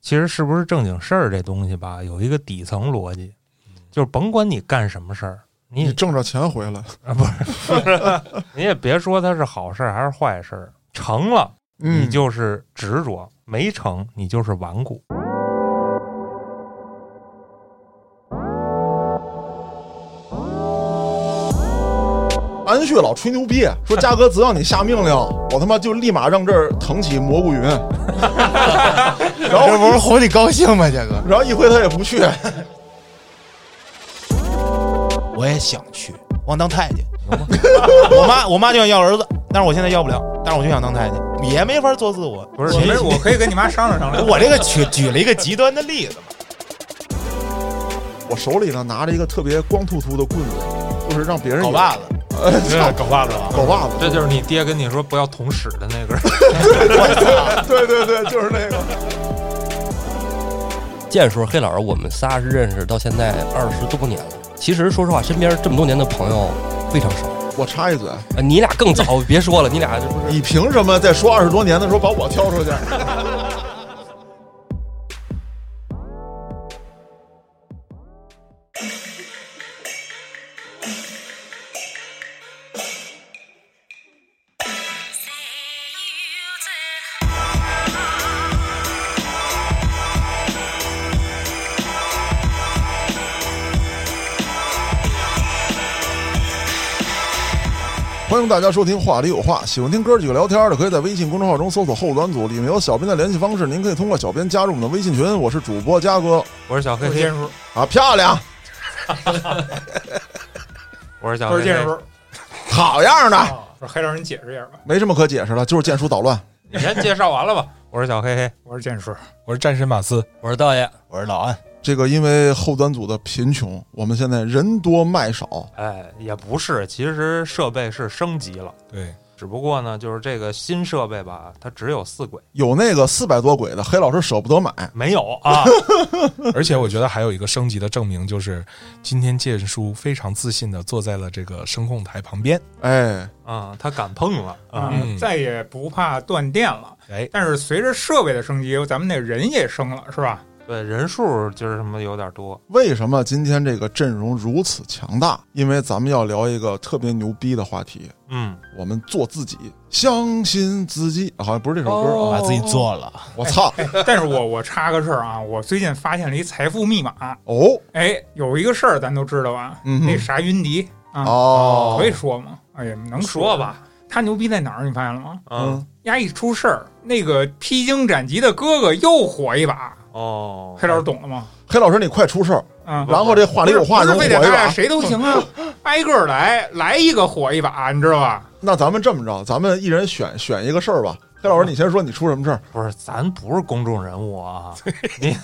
其实是不是正经事儿这东西吧，有一个底层逻辑，嗯就是甭管你干什么事儿，你嗯你挣着钱回来，啊，不是，不是，你也别说它是好事儿还是坏事儿，成了嗯你就是执着，没成你就是顽固。安旭老吹牛逼，说嘉哥只要你下命令，我他妈就立马让这儿腾起蘑 菇云。然哦这后，不是哄你高兴吗？这个然后一回他也不去，我也想去，我想当太监。我妈我妈就想要儿子，但是我现在要不了，但是我就想当太监，也没法做自我。不是其我实们我可以跟你妈商量 商量。我这个举举了一个极端的例子嘛，我手里呢拿着一个特别光秃秃的棍子，就是让别人狗以为把子，狗把子啊！狗把子，这就是你爹跟你说不要捅屎的那 个人。对对对，就是那个。见识黑老师，我们仨是认识到现在二十多年了。其实说实话，身边这么多年的朋友非常少。我插一嘴，呃你俩更早，别说了，你俩这不是你凭什么在说二十多年的时候把我挑出去？ 欢迎大家收听《话里有话》，喜欢听哥几个聊天的，可以在微信公众号中搜索“后端组”，里面有小编的联系方式，您可以通过小编加入我们的微信群。我是主播嘉哥我是小黑我黑坚，叔，啊，漂亮，我是小我黑是坚黑。叔。好样的，啊，说黑老师，你解释一下吧。没什么可解释的，就是剑术捣乱。你先介绍完了吧？我是小黑黑，我是剑叔，我是战神马斯，我是 道爷，我是老安，这个因为后端组的贫穷，我们现在人多麦少，哎，也不是，其实设备是升级了，对，只不过呢，就是这个新设备吧，它只有四轨，有那个四百多轨的，黑老师舍不得买。没有啊。 而且我觉得还有一个升级的证明，就是今天剑叔非常自信的坐在了这个声控台旁边，哎，啊，他敢碰了啊！啊嗯，再也不怕断电了。哎，但是随着设备的升级，咱们那人也升了，是吧？ 对，人数就是什么有点多，为什么今天这个阵容如此强大？因为咱们要聊一个特别牛逼的话题，嗯，我们做自己，相信自己。啊好像不是这首歌哦啊！把自己做了，我操！哎，但是我我插个事儿啊，我最近发现了一财富密码。哦，哎，有一个事儿咱都知道吧？嗯哼那啥云迪啊，哦可以说吗？哎呀，能说吧。吧，他牛逼在哪儿？你发现了吗？嗯，丫一出事儿，那个披荆斩棘的哥哥又火一把。哦，黑老师懂了吗？黑老师你快出事儿，啊，然后这话里有话不能火是非一得大家把。谁都行 啊，挨个儿来，来一个火一把，你知道吧？那咱们这么着，咱们一人选选一个事儿吧。黑老师，你先说你出什么事儿？不是，咱不是公众人物 啊，你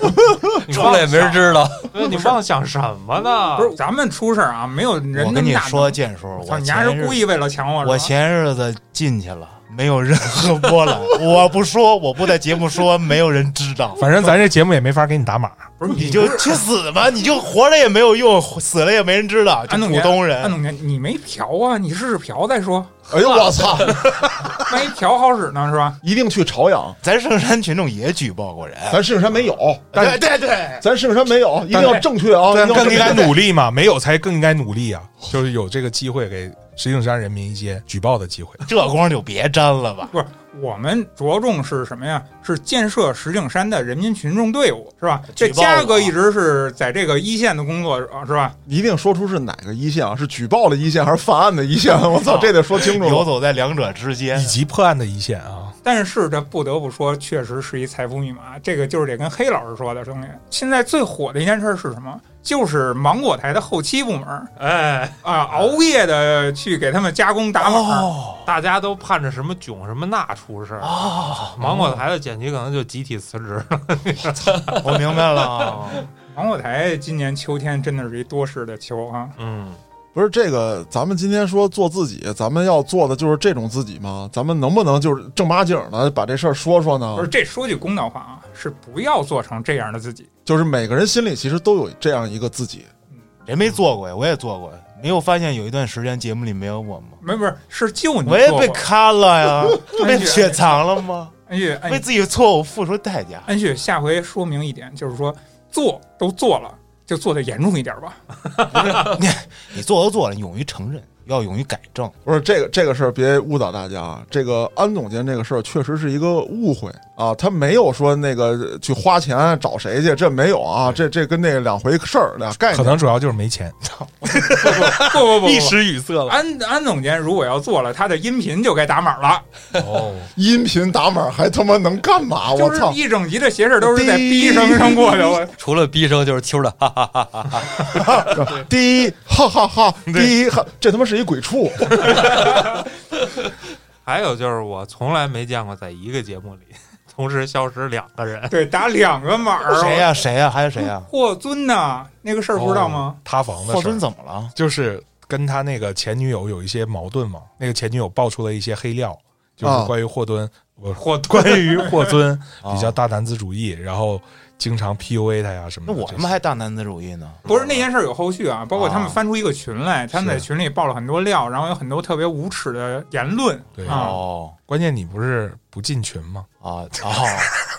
你出来也没人知道。道，你妄想什么呢？不是，咱们出事儿啊，没有人我跟那么你大能说，建叔，我操，我你丫是前日故意为了抢我，我是吧前日子进去了，没有任何波澜。我不说，我不在节目说，没有人知道。反正咱这节目也没法给你打码，不是你就去死吧，你就活着也没有用，死了也没人知道，就安东普尼通安人。总监，你没嫖啊？你试试嫖再说，哎呦我操！万一嫖好使呢，是吧？一定去朝阳，咱圣山群众也举报过人，咱石景山没有，对对对，咱石景山没有，一定要正确啊！一定要更正应该确努力嘛，没有才更应该努力啊，就是有这个机会给石景山人民一些举报的机 会。这光就别沾了吧。不是，我们着重是什么呀？是建设石景山的人民群众队伍，是吧？这举报我嘉哥一直是在这个一线的工作者，是吧？一定说出是哪个一线啊？是举报的一线还是犯案的一线？我啊操，这得说清楚游了。走在两者之间哎以，及破案的一线啊，但是这不得不说，确实是一财富密码。这个就是得跟黑老师说的，兄弟。现在最火的一件事是什么？就是芒果台的后期部门啊、哎，熬夜的去给他们加工打码。哦大家都盼着什么囧什么那出事儿哦啊，芒果台的剪辑可能就集体辞职了。我明白了啊。芒果台今年秋天真的是一多事的秋啊！嗯，不是这个，咱们今天说做自己，咱们要做的就是这种自己吗？咱们能不能就是正八经的把这事儿说说呢不是，？这说句公道话啊，是不要做成这样的自己。就是每个人心里其实都有这样一个自己。谁没做过呀？我也做过呀。没有发现有一段时间节目里没有我吗？没不是，是就你我也做被 过砍了呀，哎安被全雪藏了吗？恩旭，为恩自己的错误付出代价。 恩旭，哎下回说明一点，就是说做都做了，就做的严重一点吧。你做都做了，勇于承认，要勇于改正。不是这个这个事儿，别误导大家啊！这个安总监这个事儿确实是一个误会啊，他没有说那个去花钱找谁去，这没有啊，这这跟那个两回事儿俩概可念。能主要就是没钱。不 不不不一不，时语塞了，安安总监如果要做了，他的音频就该打码了。哦， 音频打码还他妈能干嘛？哦我就是操！一整集的邪事都是在逼声上过的。我 除了逼声就是秋的，哈哈哈哈哈。第一，哈哈哈！第一，哈这他妈是一鬼 畜。还有就是我从来没见过在一个节目里 同时消失两个人，对打两个码儿。谁呀、谁呀、还有谁呀、霍尊呐，那个事儿不知道吗？塌房的霍事尊儿，怎么了？就是跟他那个前女友有一些矛盾嘛。那个前女友爆出了一些黑料，就是啊关于霍尊，我霍 关于霍尊比较大男子主义，然后经常 PUA 他呀什么那的这些。我他妈还大男子主义呢？不是那件事儿有后续啊，包括他们啊翻出一个群来，他们在是群里爆了很多料，然后有很多特别无耻的言论对啊。哦关键你不是不进群吗？啊哦，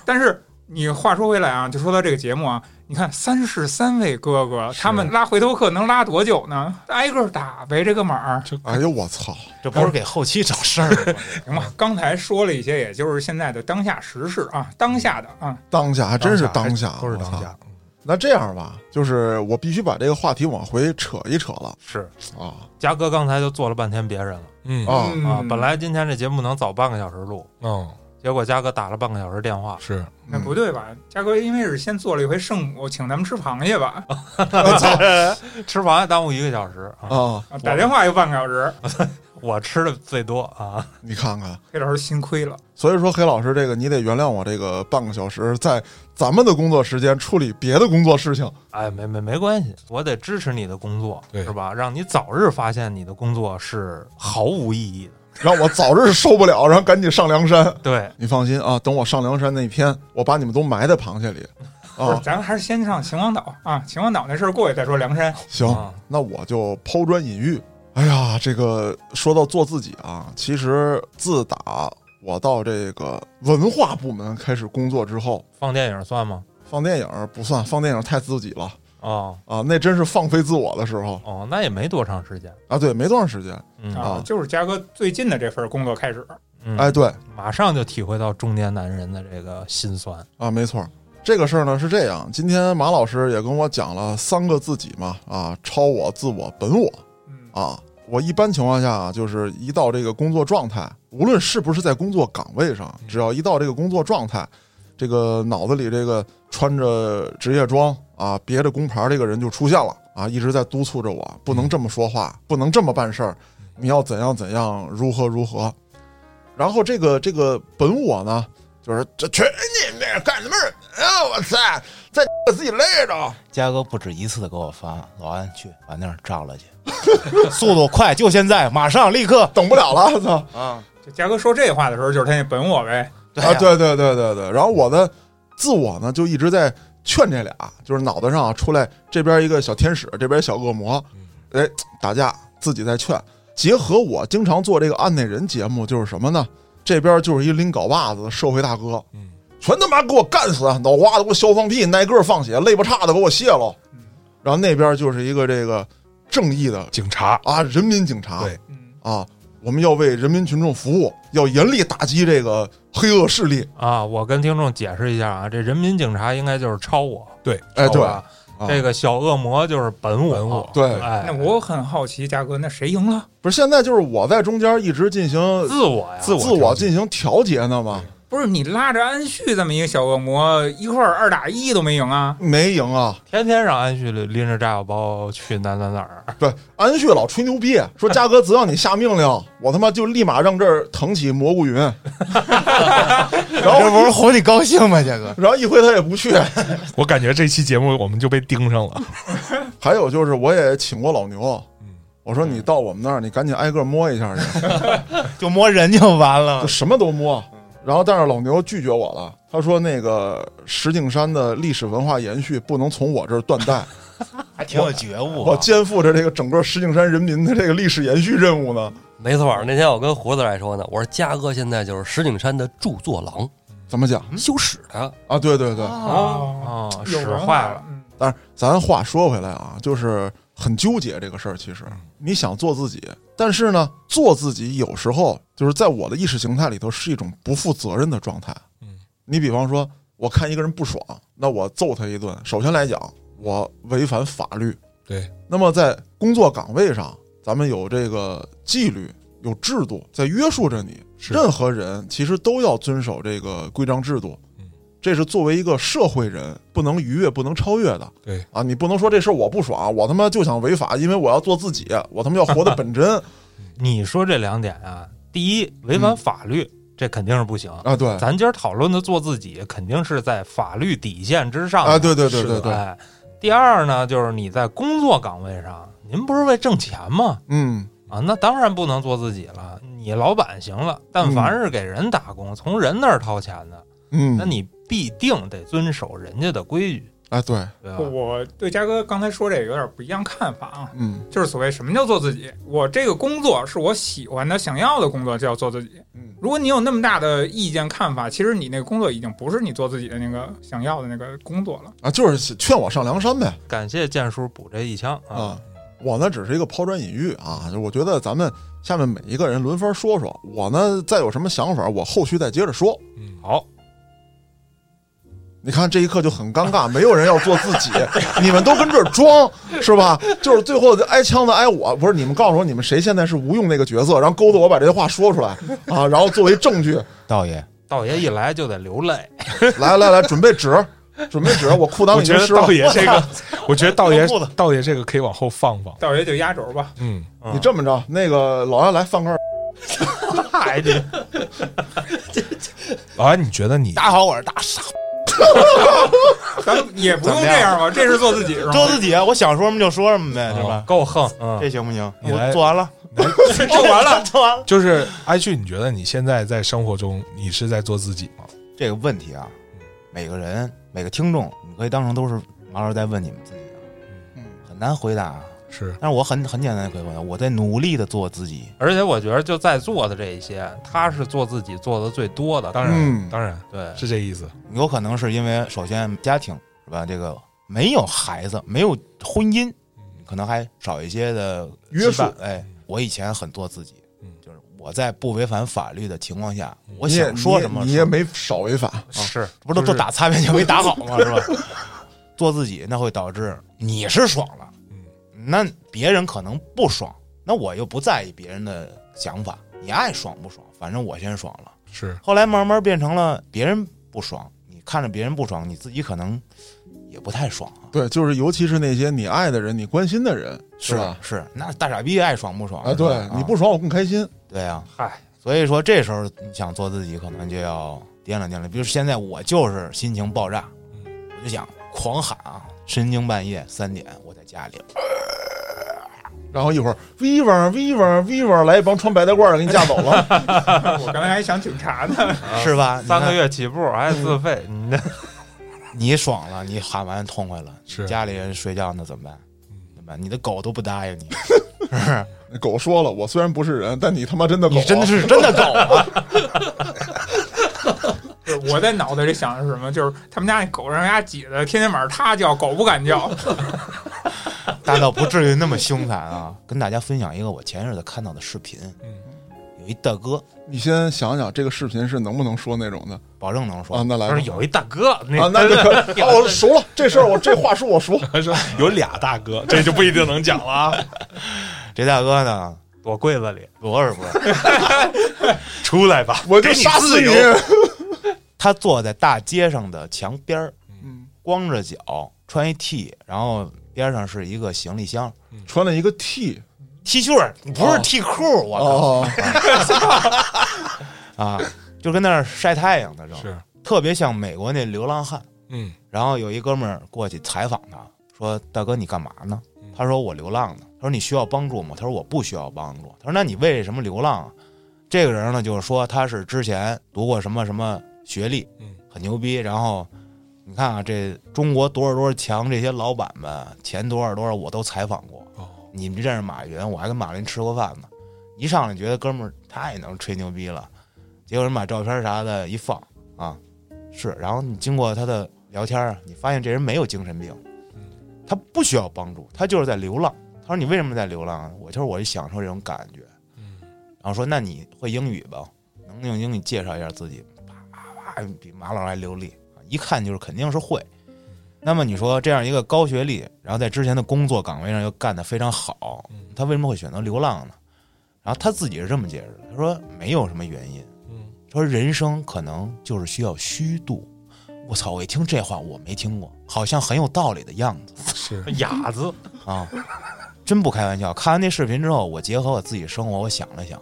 但是你话说回来啊，就说到这个节目啊，你看三十三位哥哥，他们拉回头客能拉多久呢？挨个打呗，这个码儿。哎呦，我操！这不是给后期找事儿吗？行吧，刚才说了一些，也就是现在的当下时事啊，当下的啊，当下还真是当下，下啊还都是我操当。下。那这样吧，就是我必须把这个话题往回扯一扯了是啊嘉哥刚才就做了半天别人了嗯啊！嗯啊！本来今天这节目能早半个小时录，嗯，结果嘉哥打了半个小时 电话，是那哎嗯不对吧？嘉哥因为是先做了一回圣母，请咱们吃螃蟹吧，哦我操 吃完耽误一个小时啊！啊！啊打电话又半个小时，我吃的最多啊，你看看，黑老师心亏了。所以说黑老师，这个你得原谅我这个半个小时在咱们的工作时间处理别的工作事情。哎，没没没关系，我得支持你的工作，对是吧？让你早日发现你的工作是毫无意义的。让我早日受不了，然后赶紧上梁山。对，你放心啊，等我上梁山那一天，我把你们都埋在螃 蟹里。不哦是，啊，咱们还是先上秦皇岛啊，秦皇岛那事儿过去再说梁山。行，啊那我就抛砖引玉。哎呀，这个说到做自己啊，其实自打我到这个文化部门开始工作之后，放电影算吗？放电影不算，放电影太自己了哦啊，那真是放飞自我的时候哦，那也没多长时间。啊。对，没多长时间，嗯，啊，啊就是嘉哥最近的这份工作开始，嗯哎，对，马上就体会到中年男人的这个心酸。啊，没错儿，这个事儿呢是这样，今天马老师也跟我讲了三个自己嘛，啊，超我、自我、本我嗯，哦啊。我一般情况下啊，就是一到这个工作状态，无论是不是在工作岗位上，只要一到这个工作状态，这个脑子里这个穿着职业装啊、别着工牌儿这个人就出现了啊，一直在督促着我，不能这么说话，不能这么办事儿，你要怎样怎样，如何如何。然后这个这个本我呢，就是这去你们这干什么人啊！我操，再把 自己累着。嘉哥不止一次的给我发，老安去把那儿照了去， 速度快，就现在，马上，立刻等不了了，我操！啊！就嘉哥说这话的时候，就是他那本我呗。对啊，呀对对对对对。然后我的自我呢，就一直在劝这俩，就是脑袋上啊出来这边一个小天使，这边小恶魔，哎，打架自己在劝。结合我经常做这个案内人节目，就是什么呢？这边就是一拎镐把子的社会大哥，嗯，全他妈给我干死，啊脑瓜子给我削放屁，挨个儿放血，肋巴叉的给我卸喽。然后那边就是一个这个正义的警察，啊，人民警察，对嗯，啊，我们要为人民群众服务，要严厉打击这个黑恶势力。啊，我跟听众解释一下啊，这人民警察应该就是超我，对，哎，超对我，啊这个小恶魔就是本我，本我对哎，那我很好奇，嘉哥，那谁赢了？不是现在就是我在中间一直进行自我呀，自我调节进行调节呢嘛，不是你拉着安旭这么一个小恶魔，一块儿二打一都没赢啊？没赢啊。天天让安旭拎着炸药包去哪哪哪儿，对，安旭老吹牛逼，说嘉哥只要你下命令， 我他妈就立马让这儿腾起蘑 菇云。然这后，不是哄你高兴吗？嘉哥， 然后一回他也不去。我感觉这期节目我们就被盯上了。还有就是，我也请过老牛。嗯我说你到我们那儿，你赶紧挨个摸一下去，就摸人就完就了。什么都摸。嗯然后，但是老牛拒绝我了，他说那个石景山的历史文化延续不能从我这儿断 代，还挺有觉悟、我啊。肩负着这个整个石景山人民的这个历史延续任务呢。没错儿，那天我跟胡子来说呢，我说嘉哥现在就是石景山的著作郎，怎么讲嗯修史的，啊？对对对，啊，啊，有使文坏化了，，嗯但是咱话说回来啊，就是很纠结这个事儿。其实嗯你想做自己，但是呢，做自己有时候就是在我的意识形态里头是一种不负责任的状态。嗯，你比方说，我看一个人不爽，那我揍他一顿，首先来讲，我违反法律。对，那么在工作岗位上，咱们有这个纪律。有制度在约束着你，是任何人其实都要遵守这个规章制度嗯，这是作为一个社会人不能逾越、不能超越的。对啊，你不能说这事儿我不爽，我他妈就想违法，因为我要做自己，我他妈要活得本真你说这两点啊，第一，违反法律，这肯定是不行。啊！嗯对咱今儿讨论的做自己，肯定是在法律底线之上的啊，对对对是对的对，哎，第二呢，就是你在工作岗位上，您不是为挣钱吗？嗯，啊，那当然不能做自己了。你老板行了，但凡是给人打工，从人那儿掏钱的，嗯，那你必定得遵守人家的规矩，哎对，对吧？我对嘉哥刚才说这个有点不一样看法啊， 嗯就是所谓什么叫做自己？我这个工作是我喜欢的、想要的工作，叫做自己。嗯如果你有那么大的意见看法，其实你那个工作已经不是你做自己的那个想要的那个工作了。啊，就是劝我上梁山呗感谢剑叔补这一枪啊！啊！我呢只是一个抛砖引玉啊，就我觉得咱们下面每一个人轮番说说，我呢再有什么想法，我后续再接着说。嗯，好，你看这一刻就很尴尬，没有人要做自己， 你们都跟这儿装是吧？就是最后挨枪的挨我，不是你们告诉我你们谁现在是吴用那个角色，然后勾搭我把这些话说出来啊，然后作为证据，道爷，道爷一来就得流泪，来来来，准备纸，准备纸，我裤裆我已觉经得湿了道。爷这个，我觉得道爷脱裤子道爷这个可以往后放放。到时候就压轴吧，嗯，嗯你这么着，那个老杨来放根儿，太 这老安，啊你觉得你大家好，我是大傻，咱们也不用怎么这样样吧，这是做自己是吗？做自己，我想说什么就说什么呗，是吧？够横，嗯，这行不行？你来我做完了，做完了，啊做完了。就是安旭，你觉得你现在在生活中你是在做自己吗？这个问题啊，每个人每个听众，你可以当成都是马老师在问你们自己啊，嗯很难回答啊。是但是我很很简单的可以回答，我在努力的做自己。而且我觉得就在座的这一些，他是做自己做的最多的，当然，嗯当然对，是这意思。有可能是因为首先家庭是吧，这个没有孩子，没有婚姻，嗯可能还少一些的约束羁绊哎，我以前很做自己嗯，就是我在不违反法律的情况下，我嗯你也想说什么你也说你也没少违法。是不是都就是打擦边球没打好 吗？是吧？做自己那会导致你是爽了，嗯那别人可能不爽，那我又不在意别人的想法，你爱爽不爽，反正我先爽了。是后来慢慢变成了别人不爽，你看着别人不爽，你自己可能也不太爽啊。对，就是尤其是那些你爱的人，你关心的人，吧？吧？是，那大傻逼爱爽不爽啊，是吧对，你不爽我更开心。对啊，嗨，所以说这时候你想做自己，可能就要掂量掂量。比如现在我就是心情爆炸，我就想狂喊啊，深更半夜三点我在家里，然后一会儿 viva viva viva 来一帮穿白大褂的给你架走了， 我刚才还想警察呢，是吧？三个月月起步还自费，你这你爽了，你喊完痛快了，是家里人睡觉呢怎么办？怎么办？你的狗都不答应你，狗说了，我虽然不是人，但你他妈真的狗，你真的是真的狗啊！就是我在脑袋里想的是什么？就是他们家那狗让人家挤的，天天晚上它叫，狗不敢 叫。大到不至于那么凶残啊！跟大家分享一个我前日子看到的视频，嗯有一大哥，你先想想这个视频是能不能说那种的保证能说，啊？那来不吧是 有一大哥，那啊，那就可 以。哦，熟了，这事儿我这话术我 熟。 他说有俩大哥， 这就不一定能讲了啊。这大哥呢，躲柜子 里，不 是不是，出来吧，我就杀死你你自由！他坐在大街上的墙边儿，嗯，光着脚，穿一 T，然后边上是一个行李箱 穿了一个 T， ，T 恤儿不是 T 裤儿，我操、 哦，啊，就跟那儿晒太阳的时候， 是，特别像美国那流浪汉。嗯然后有一哥们儿过去采访他，说：“大哥，你干嘛呢嗯？”他说：“我流浪呢。”他说：“你需要帮助吗？”他说：“我不需要帮助。”他说：“那你为什么流浪啊？”这个人呢，就是说他是之前读过什么什么学历，嗯，很牛逼。然后你看啊，这中国多少多少强这些老板们，前多少多少我都采访过。哦，你们认识马云，我还跟马云吃过饭呢。一上来觉得哥们儿太能吹牛逼了，结果人把照片啥的一放啊，是，然后你经过他的聊天啊，你发现这人没有精神病，他不需要帮助，他就是在流浪。他说你为什么在流浪啊？我就是我享受这种感觉。然后说那你会英语吧？能用英语介绍一下自己？啪啪啪，比马老师还流利，啊一看就是肯定是会。那么你说这样一个高学历，然后在之前的工作岗位上又干得非常好，他为什么会选择流浪呢？然后他自己是这么解释的，他说没有什么原因，嗯说人生可能就是需要虚度。我操！我一听这话，我没听过，好像很有道理的样子是哑 子，啊！ 真不开玩笑。看完那视频之后，我结合我自己生活，我想了想，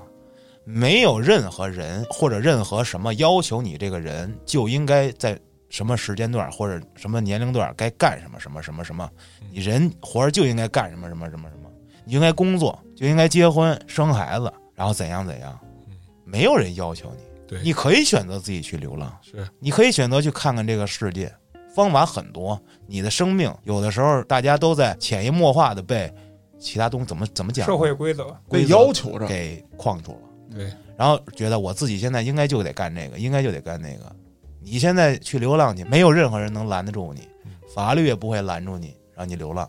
没有任何人或者任何什么要求你这个人就应该在什么时间段或者什么年龄段该干什么什么什么什么，嗯你人活着就应该干什么什么什么什么，你就应该工作，就应该结婚生孩子，然后怎样怎样嗯，没有人要求你。对你可以选择自己去流浪，是你可以选择去看看这个世界，方法很多。你的生命有的时候大家都在潜移默化的被其他东西怎么怎么讲社会规则，被规则要求着，给框住了，对，然后觉得我自己现在应该就得干这个，应该就得干那个。你现在去流浪去，没有任何人能拦得住你，嗯法律也不会拦住你，让你流浪。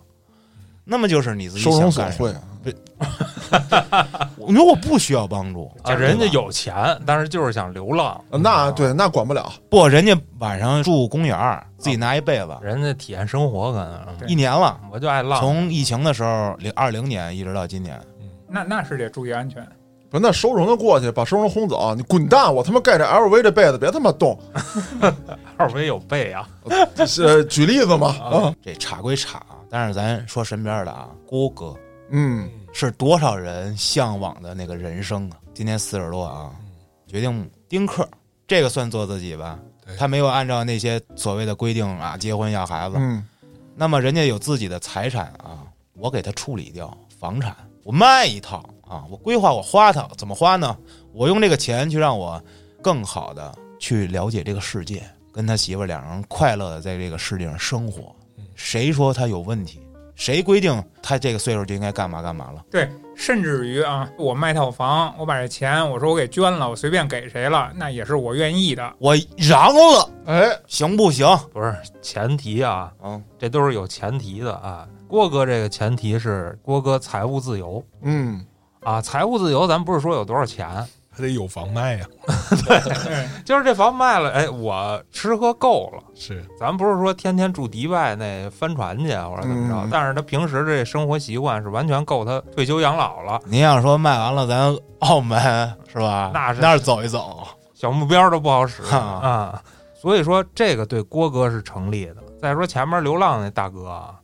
那么就是你自己收容想所干什会啊么。 你说我不需要帮助啊，人家有钱，但是就是想流浪，呃那对那管不了，不？人家晚上住公园儿，自己拿一被子，人家体验生活可能。对一年了。我就爱浪，从疫情的时候零二零年一直到今年，那那是得注意安全。不是那收容的过去，把收容轰走，你滚蛋！我他妈盖着 LV 这被子，别他妈 动。二维有背啊，呃，举例子嘛，啊，这查归查，啊但是咱说身边的啊，郭哥嗯，是多少人向往的那个人生啊！今年四十多啊，决定丁克，这个算做自己吧对。他没有按照那些所谓的规定啊，结婚要孩子，嗯，那么人家有自己的财产啊，我给他处理掉房产，我卖一套啊，我规划我花它怎么花呢？我用这个钱去让我更好的去了解这个世界，跟他媳妇儿两人快乐的在这个世界上生活。谁说他有问题？谁规定他这个岁数就应该干嘛干嘛了？对，甚至于啊，我卖套房，我把这钱，我说我给捐了，我随便给谁了，那也是我愿意的。我嚷了，哎，行不行？不是前提啊，啊，这都是有前提的啊。郭哥这个前提是郭哥财务自由 嗯，啊，财务自由咱不是说有多少钱，还得有房卖啊呀、对，就是这房卖了，哎，我吃喝够了。是咱不是说天天住迪拜那帆船去或者怎么着，嗯但是他平时这生活习惯是完全够他退休养老了，您要说卖完了，咱澳门是吧？那是那儿走一走，小目标都不好使哈啊、所以说这个对郭哥是成立的。再说前面流浪那大哥啊，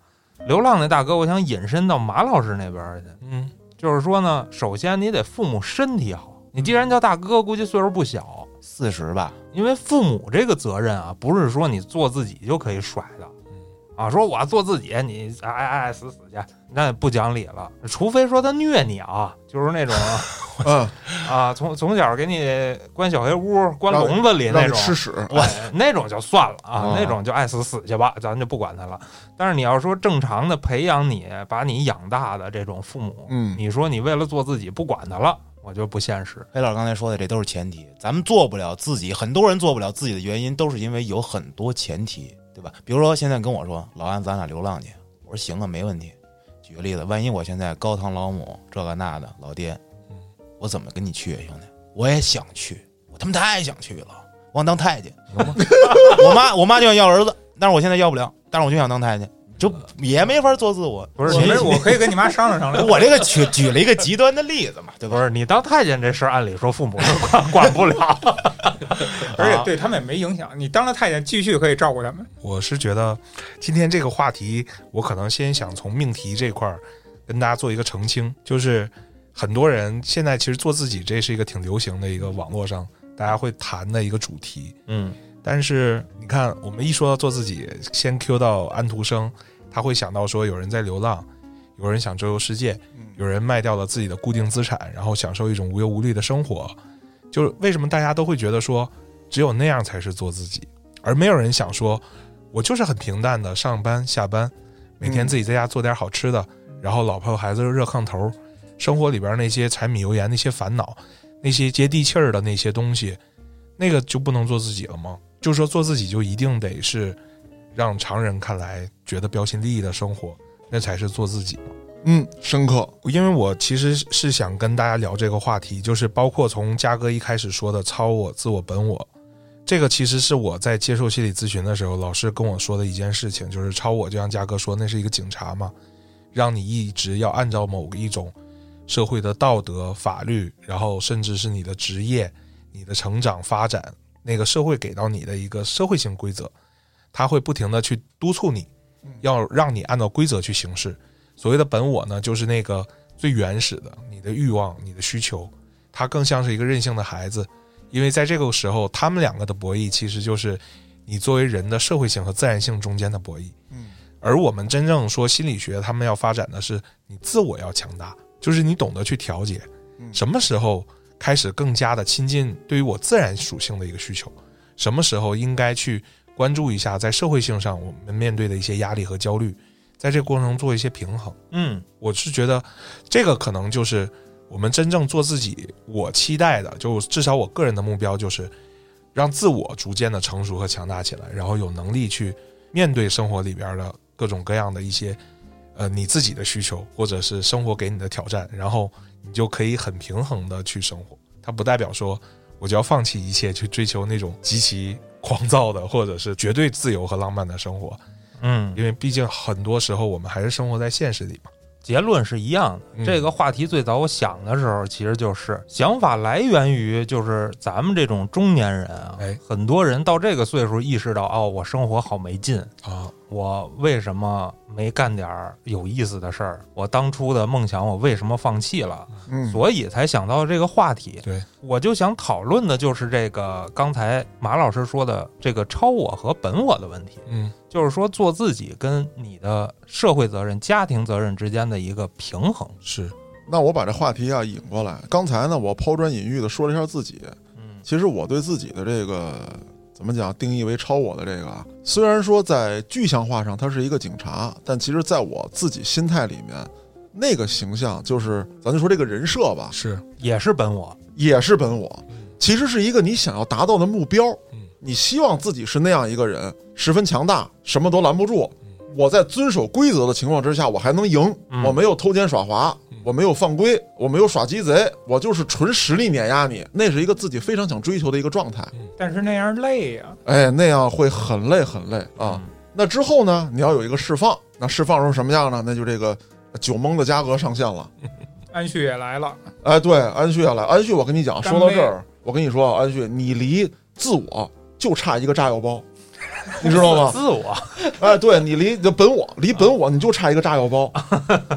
流浪那大哥，我想引申到马老师那边儿去，嗯，就是说呢，首先你得父母身体好，你既然叫大哥，估计岁数不小，四十吧，因为父母这个责任啊，不是说你做自己就可以甩的，啊，说我要做自己，你爱爱爱死死去，那不讲理了。除非说他虐你啊，就是那种嗯，啊，从从小给你关小黑屋、关笼子里让那你种，吃屎，哎那种就算了啊，哦那种就爱死死去吧，咱就不管他了。但是你要说正常的培养你、把你养大的这种父母，嗯你说你为了做自己不管他了，我觉得不现实。黑老师刚才说的，这都是前提。咱们做不了自己，很多人做不了自己的原因，都是因为有很多前提，对吧？比如说现在跟我说，老安，咱俩流浪去，我说行啊，没问题。举个例子，万一我现在高堂老母这个那的，老爹，嗯我怎么跟你去啊，兄弟？我也想去，我他妈太想去了，我想当太监，行吗？ 我妈我妈就想要儿子，但是我现在要不了，但是我就想当太监，就也没法做自我。不是我你们我可以跟你妈商量 商量。我这个举举了一个极端的例子嘛，对吧不？是你当太监这事儿，按理说父母是 管管不了。而且对他们也没影响。你当了太监，继续可以照顾他们。我是觉得今天这个话题，我可能先想从命题这块儿跟大家做一个澄清，就是很多人现在其实做自己，这是一个挺流行的一个网络上大家会谈的一个主题。嗯，但是你看，我们一说到做自己，先 Q 到安徒生，他会想到说有人在流浪，有人想周游世界，有人卖掉了自己的固定资产，然后享受一种无忧无虑的生活。就是为什么大家都会觉得说，只有那样才是做自己，而没有人想说，我就是很平淡的上班下班，每天自己在家做点好吃的，然后老婆孩子热炕头，生活里边那些柴米油盐那些烦恼，那些接地气儿的那些东西，那个就不能做自己了吗？就是说做自己就一定得是让常人看来觉得标新立异的生活，那才是做自己吗？嗯，深刻，因为我其实是想跟大家聊这个话题，就是包括从嘉哥一开始说的超我、自我、本我，这个其实是我在接受心理咨询的时候，老师跟我说的一件事情，就是超我，就像嘉哥说，那是一个警察嘛，让你一直要按照某一种社会的道德、法律，然后甚至是你的职业、你的成长发展，那个社会给到你的一个社会性规则，它会不停的去督促你，要让你按照规则去行事。所谓的本我呢，就是那个最原始的你的欲望、你的需求，它更像是一个任性的孩子，因为在这个时候，他们两个的博弈其实就是你作为人的社会性和自然性中间的博弈。嗯，而我们真正说心理学，他们要发展的是你自我要强大，就是你懂得去调节，嗯什么时候开始更加的亲近对于我自然属性的一个需求，什么时候应该去关注一下在社会性上我们面对的一些压力和焦虑，在这个过程中做一些平衡。嗯，我是觉得这个可能就是我们真正做自己，我期待的，就至少我个人的目标就是让自我逐渐的成熟和强大起来，然后有能力去面对生活里边的各种各样的一些呃你自己的需求，或者是生活给你的挑战，然后你就可以很平衡的去生活。它不代表说我就要放弃一切去追求那种极其狂躁的，或者是绝对自由和浪漫的生活，嗯，因为毕竟很多时候我们还是生活在现实里嘛。结论是一样的。嗯这个话题最早我想的时候，其实就是想法来源于就是咱们这种中年人啊，哎很多人到这个岁数意识到，哦，我生活好没劲，啊，我为什么没干点儿有意思的事儿？我当初的梦想，我为什么放弃了？嗯，所以才想到这个话题。对，我就想讨论的就是这个刚才马老师说的这个超我和本我的问题，嗯就是说做自己跟你的社会责任、家庭责任之间的一个平衡。，是，那我把这话题啊引过来。刚才呢，我抛砖引玉的说了一下自己。嗯其实我对自己的这个怎么讲定义为超我的这个啊，虽然说在具象化上他是一个警察，但其实在我自己心态里面，那个形象就是咱就说这个人设吧，是，也是本我，也是本我，其实是一个你想要达到的目标嗯。你希望自己是那样一个人，十分强大，什么都拦不住。我在遵守规则的情况之下，我还能赢。嗯我没有偷奸耍滑，我没有犯规，我没有耍鸡贼，我就是纯实力碾压你。那是一个自己非常想追求的一个状态。但是那样累呀、哎，那样会很累很累啊。那之后呢，你要有一个释放。那释放成什么样呢？那就这个酒蒙的嘉格上线了。安旭也来了，哎，对，安旭要来。安旭，我跟你讲，干说到杯这儿，我跟你说啊，安旭，你离自我就差一个炸药包，你知道吗？自我，哎，对你离就本我离本我你就差一个炸药包，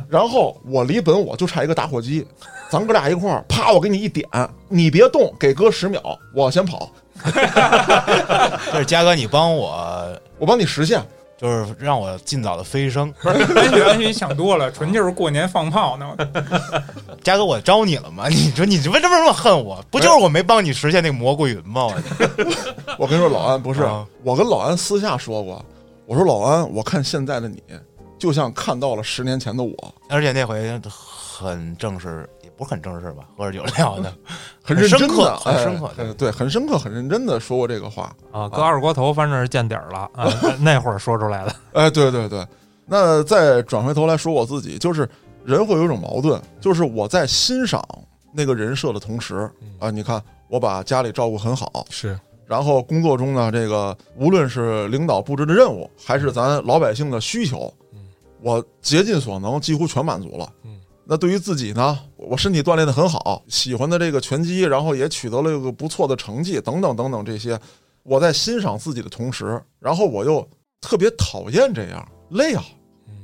然后我离本我就差一个打火机，咱哥俩一块儿，啪，我给你一点，你别动，给哥十秒，我先跑，就是嘉哥，你帮我，我帮你实现。就是让我尽早的飞升。不是安旭，安旭想多了，纯就是过年放炮呢。嘉哥，我招你了吗？ 你说你为什么这么恨我？不就是我没帮你实现那个蘑菇云吗？ 我我跟你说，老安不是啊，我跟老安私下说过，我说老安，我看现在的你，就像看到了十年前的我，而且那回很正式，也不是很正式吧，喝着酒聊的。 很认真很深的，刻很哎深刻对哎对，很深刻，很认真的说过这个话。啊，搁二锅头反正是见底儿了 啊，那会儿说出来 的。哎，对对对，那再转回头来说我自己，就是人会有一种矛盾，就是我在欣赏那个人设的同时嗯啊，你看我把家里照顾很好，是，然后工作中呢，这个无论是领导布置的任务，还是咱老百姓的需求，我竭尽所能，几乎全满足了嗯。那对于自己呢，我身体锻炼的很好，喜欢的这个拳击，然后也取得了一个不错的成绩，等等等等这些，我在欣赏自己的同时，然后我又特别讨厌这样累啊，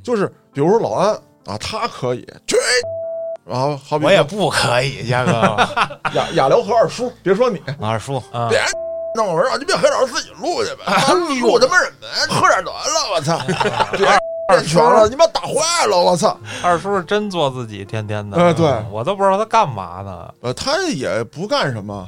就是比如说老安啊，他可以去，然后好比 我也不可以，嘉 哥，雅雅辽河二叔，别说你，二叔，啊，那我啊说你别黑老师自己录去呗，啊录他妈什么呀？喝点得了，我操！别练拳了，你妈打坏了，我操！二叔是真做自己，天天的。哎对我都不知道他干嘛呢。呃，他也不干什么，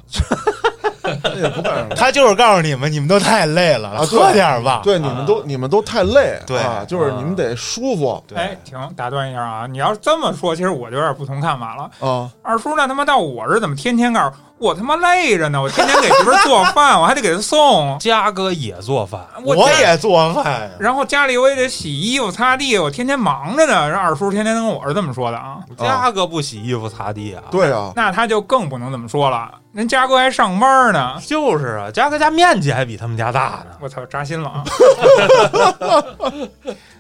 他也不干 什么。他就是告诉你们，你们都太累了，啊对喝点儿吧。对，你啊们都你们都太累，对啊，就是你们得舒服对哎，停，打断一下啊！你要是这么说，其实我就有点不同看法了。啊。二叔，那他妈到我这儿怎么天天告诉我他妈累着呢，我天天给媳妇儿做饭，我还得给她送，嘉哥也做饭，我我也做饭呀，然后家里我也得洗衣服、擦地，我天天忙着呢。这二叔天天跟我是这么说的啊，嘉哥不洗衣服擦地啊？，对啊，那他就更不能这么说了。人家哥还上班呢，就是啊，嘉哥家面积还比他们家大呢。我操，扎心了啊！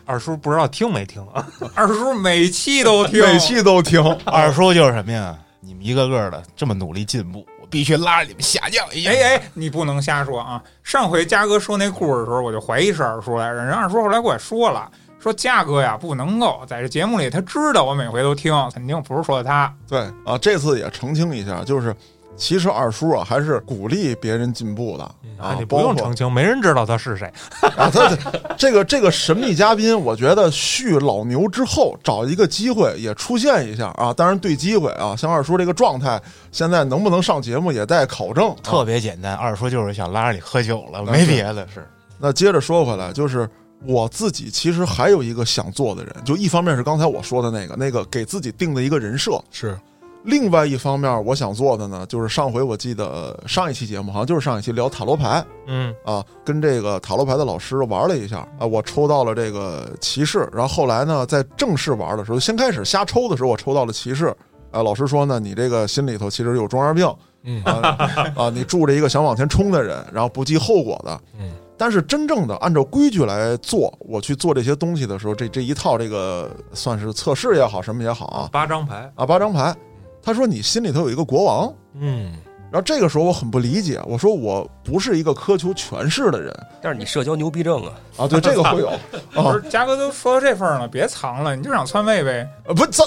二叔不知道听没听啊？二叔每期都听，每期都听，二叔就是什么呀？你们一个个的这么努力进步，我必须拉着你们下降一下。哎哎，你不能瞎说啊！上回嘉哥说那故事的时候，我就怀疑是二叔来着。人二叔后来给我说了，说嘉哥呀不能够在这节目里，他知道我每回都听，肯定不是说的他。对啊，这次也澄清一下，就是其实二叔啊还是鼓励别人进步的啊， 嗯哎你不用包括澄清，没人知道他是谁。 啊，他他这个这个神秘嘉宾，我觉得续老牛之后找一个机会也出现一下啊，当然对机会啊，像二叔这个状态，现在能不能上节目也待考证、啊。特别简单，二叔就是想拉着你喝酒了，没别的，啊是那接着说回来，就是我自己其实还有一个想做的人，就一方面是刚才我说的那个那个给自己定的一个人设，是另外一方面我想做的呢，就是上回我记得呃上一期节目好像就是上一期聊塔罗牌，嗯，啊，跟这个塔罗牌的老师玩了一下啊，我抽到了这个骑士，然后后来呢，在正式玩的时候，先开始瞎抽的时候，我抽到了骑士。啊，老师说呢，你这个心里头其实有中二病嗯啊啊，你住着一个想往前冲的人，然后不计后果的。嗯，但是真正的按照规矩来做，我去做这些东西的时候，这这一套这个算是测试也好，什么也好啊八张牌，啊，八张牌。他说你心里头有一个国王，嗯，然后这个时候我很不理解，我说我不是一个苛求权势的人，但是你社交牛逼症啊，啊，对，这个 会有不啊是，嘉哥都说到这份儿了，别藏了，你就想篡位呗。呃不这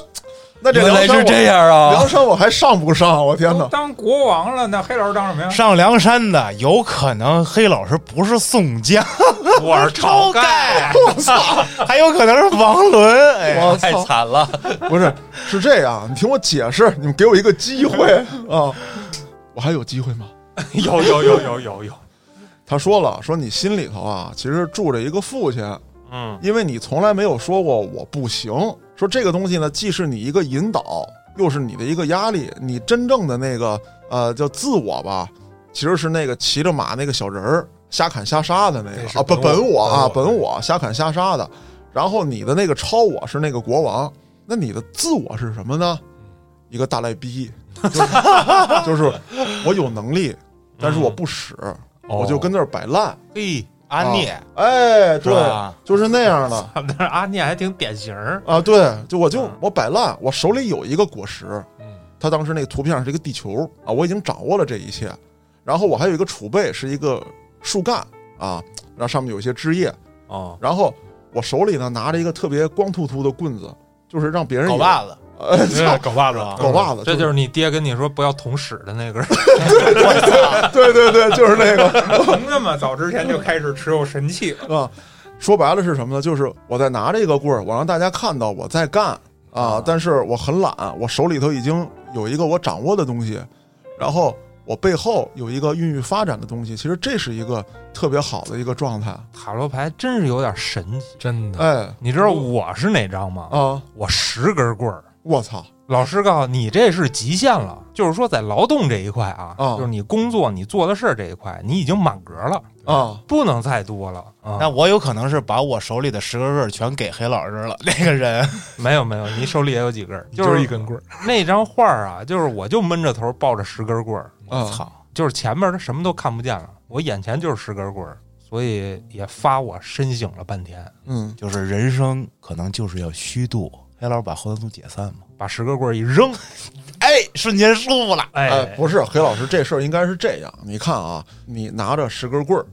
那这原梁来山是我这样啊梁！山我还上不上？啊我天都哪！当国王了，那黑老师当什么呀？上梁山的，有可能黑老师不是宋江， 嗯我是晁晁盖盖，我操！还有可能是王伦。哎，我 太操！惨了，不是，是这样，你听我解释，你们给我一个机会啊！ 我还有机会吗？有有有有有有，他说了，说你心里头啊，其实住着一个父亲，嗯，因为你从来没有说过我不行。说这个东西呢，既是你一个引导，又是你的一个压力。你真正的那个呃，叫自我吧，其实是那个骑着马那个小人儿，瞎砍瞎杀的那对个是啊，不本我我啊，本本我我瞎砍瞎杀的。然后你的那个超我是那个国王，那你的自我是什么呢？嗯一个大赖 逼，就是就是我有能力，但是我不使，嗯哦我就跟那儿摆烂。嘿，安妮，哎，是对，吧就是那样的。但是阿念还挺典型儿，啊，对，就我就嗯我摆烂，我手里有一个果实，嗯，它当时那个图片上是一个地球啊，我已经掌握了这一切，然后我还有一个储备是一个树干啊，然后上面有一些枝叶，哦，然后我手里呢拿着一个特别光秃秃的棍子，就是让别人狗以把子， 呃操狗爸子啊狗把子，嗯这就是是你爹跟你说不要捅屎的那个人，对对对，就是那 个从那么早之前就开始持有神器了， 啊，说白了是什么呢？就是我在拿这个棍儿，我让大家看到我在干啊啊，但是我很懒，我手里头已经有一个我掌握的东西，然后我背后有一个孕育发展的东西，其实这是一个特别好的一个状态。 塔罗牌真是有点神奇。真的，哎你知道我是哪张吗？啊，我十根棍儿。我操老师告诉你，这是极限了，就是说在劳动这一块啊，嗯啊就是你工作你做的事儿这一块，你已经满格了，啊！不能再多了嗯啊。那我有可能是把我手里的十个棍儿全给黑老师了。那个人，没有没有，你手里也有几根儿，就是一根棍儿，那张画儿啊，就是我就闷着头抱着十根棍儿，啊操！就是前面他什么都看不见了，我眼前就是十根棍儿，所以也发我深省了半天，嗯，就是人生可能就是要虚度。黑老师把后端组解散嘛？把十根棍儿一扔，哎，瞬间舒服了。哎，哎，不是，黑老师，这事儿应该是这样。你看啊，你拿着十根棍儿，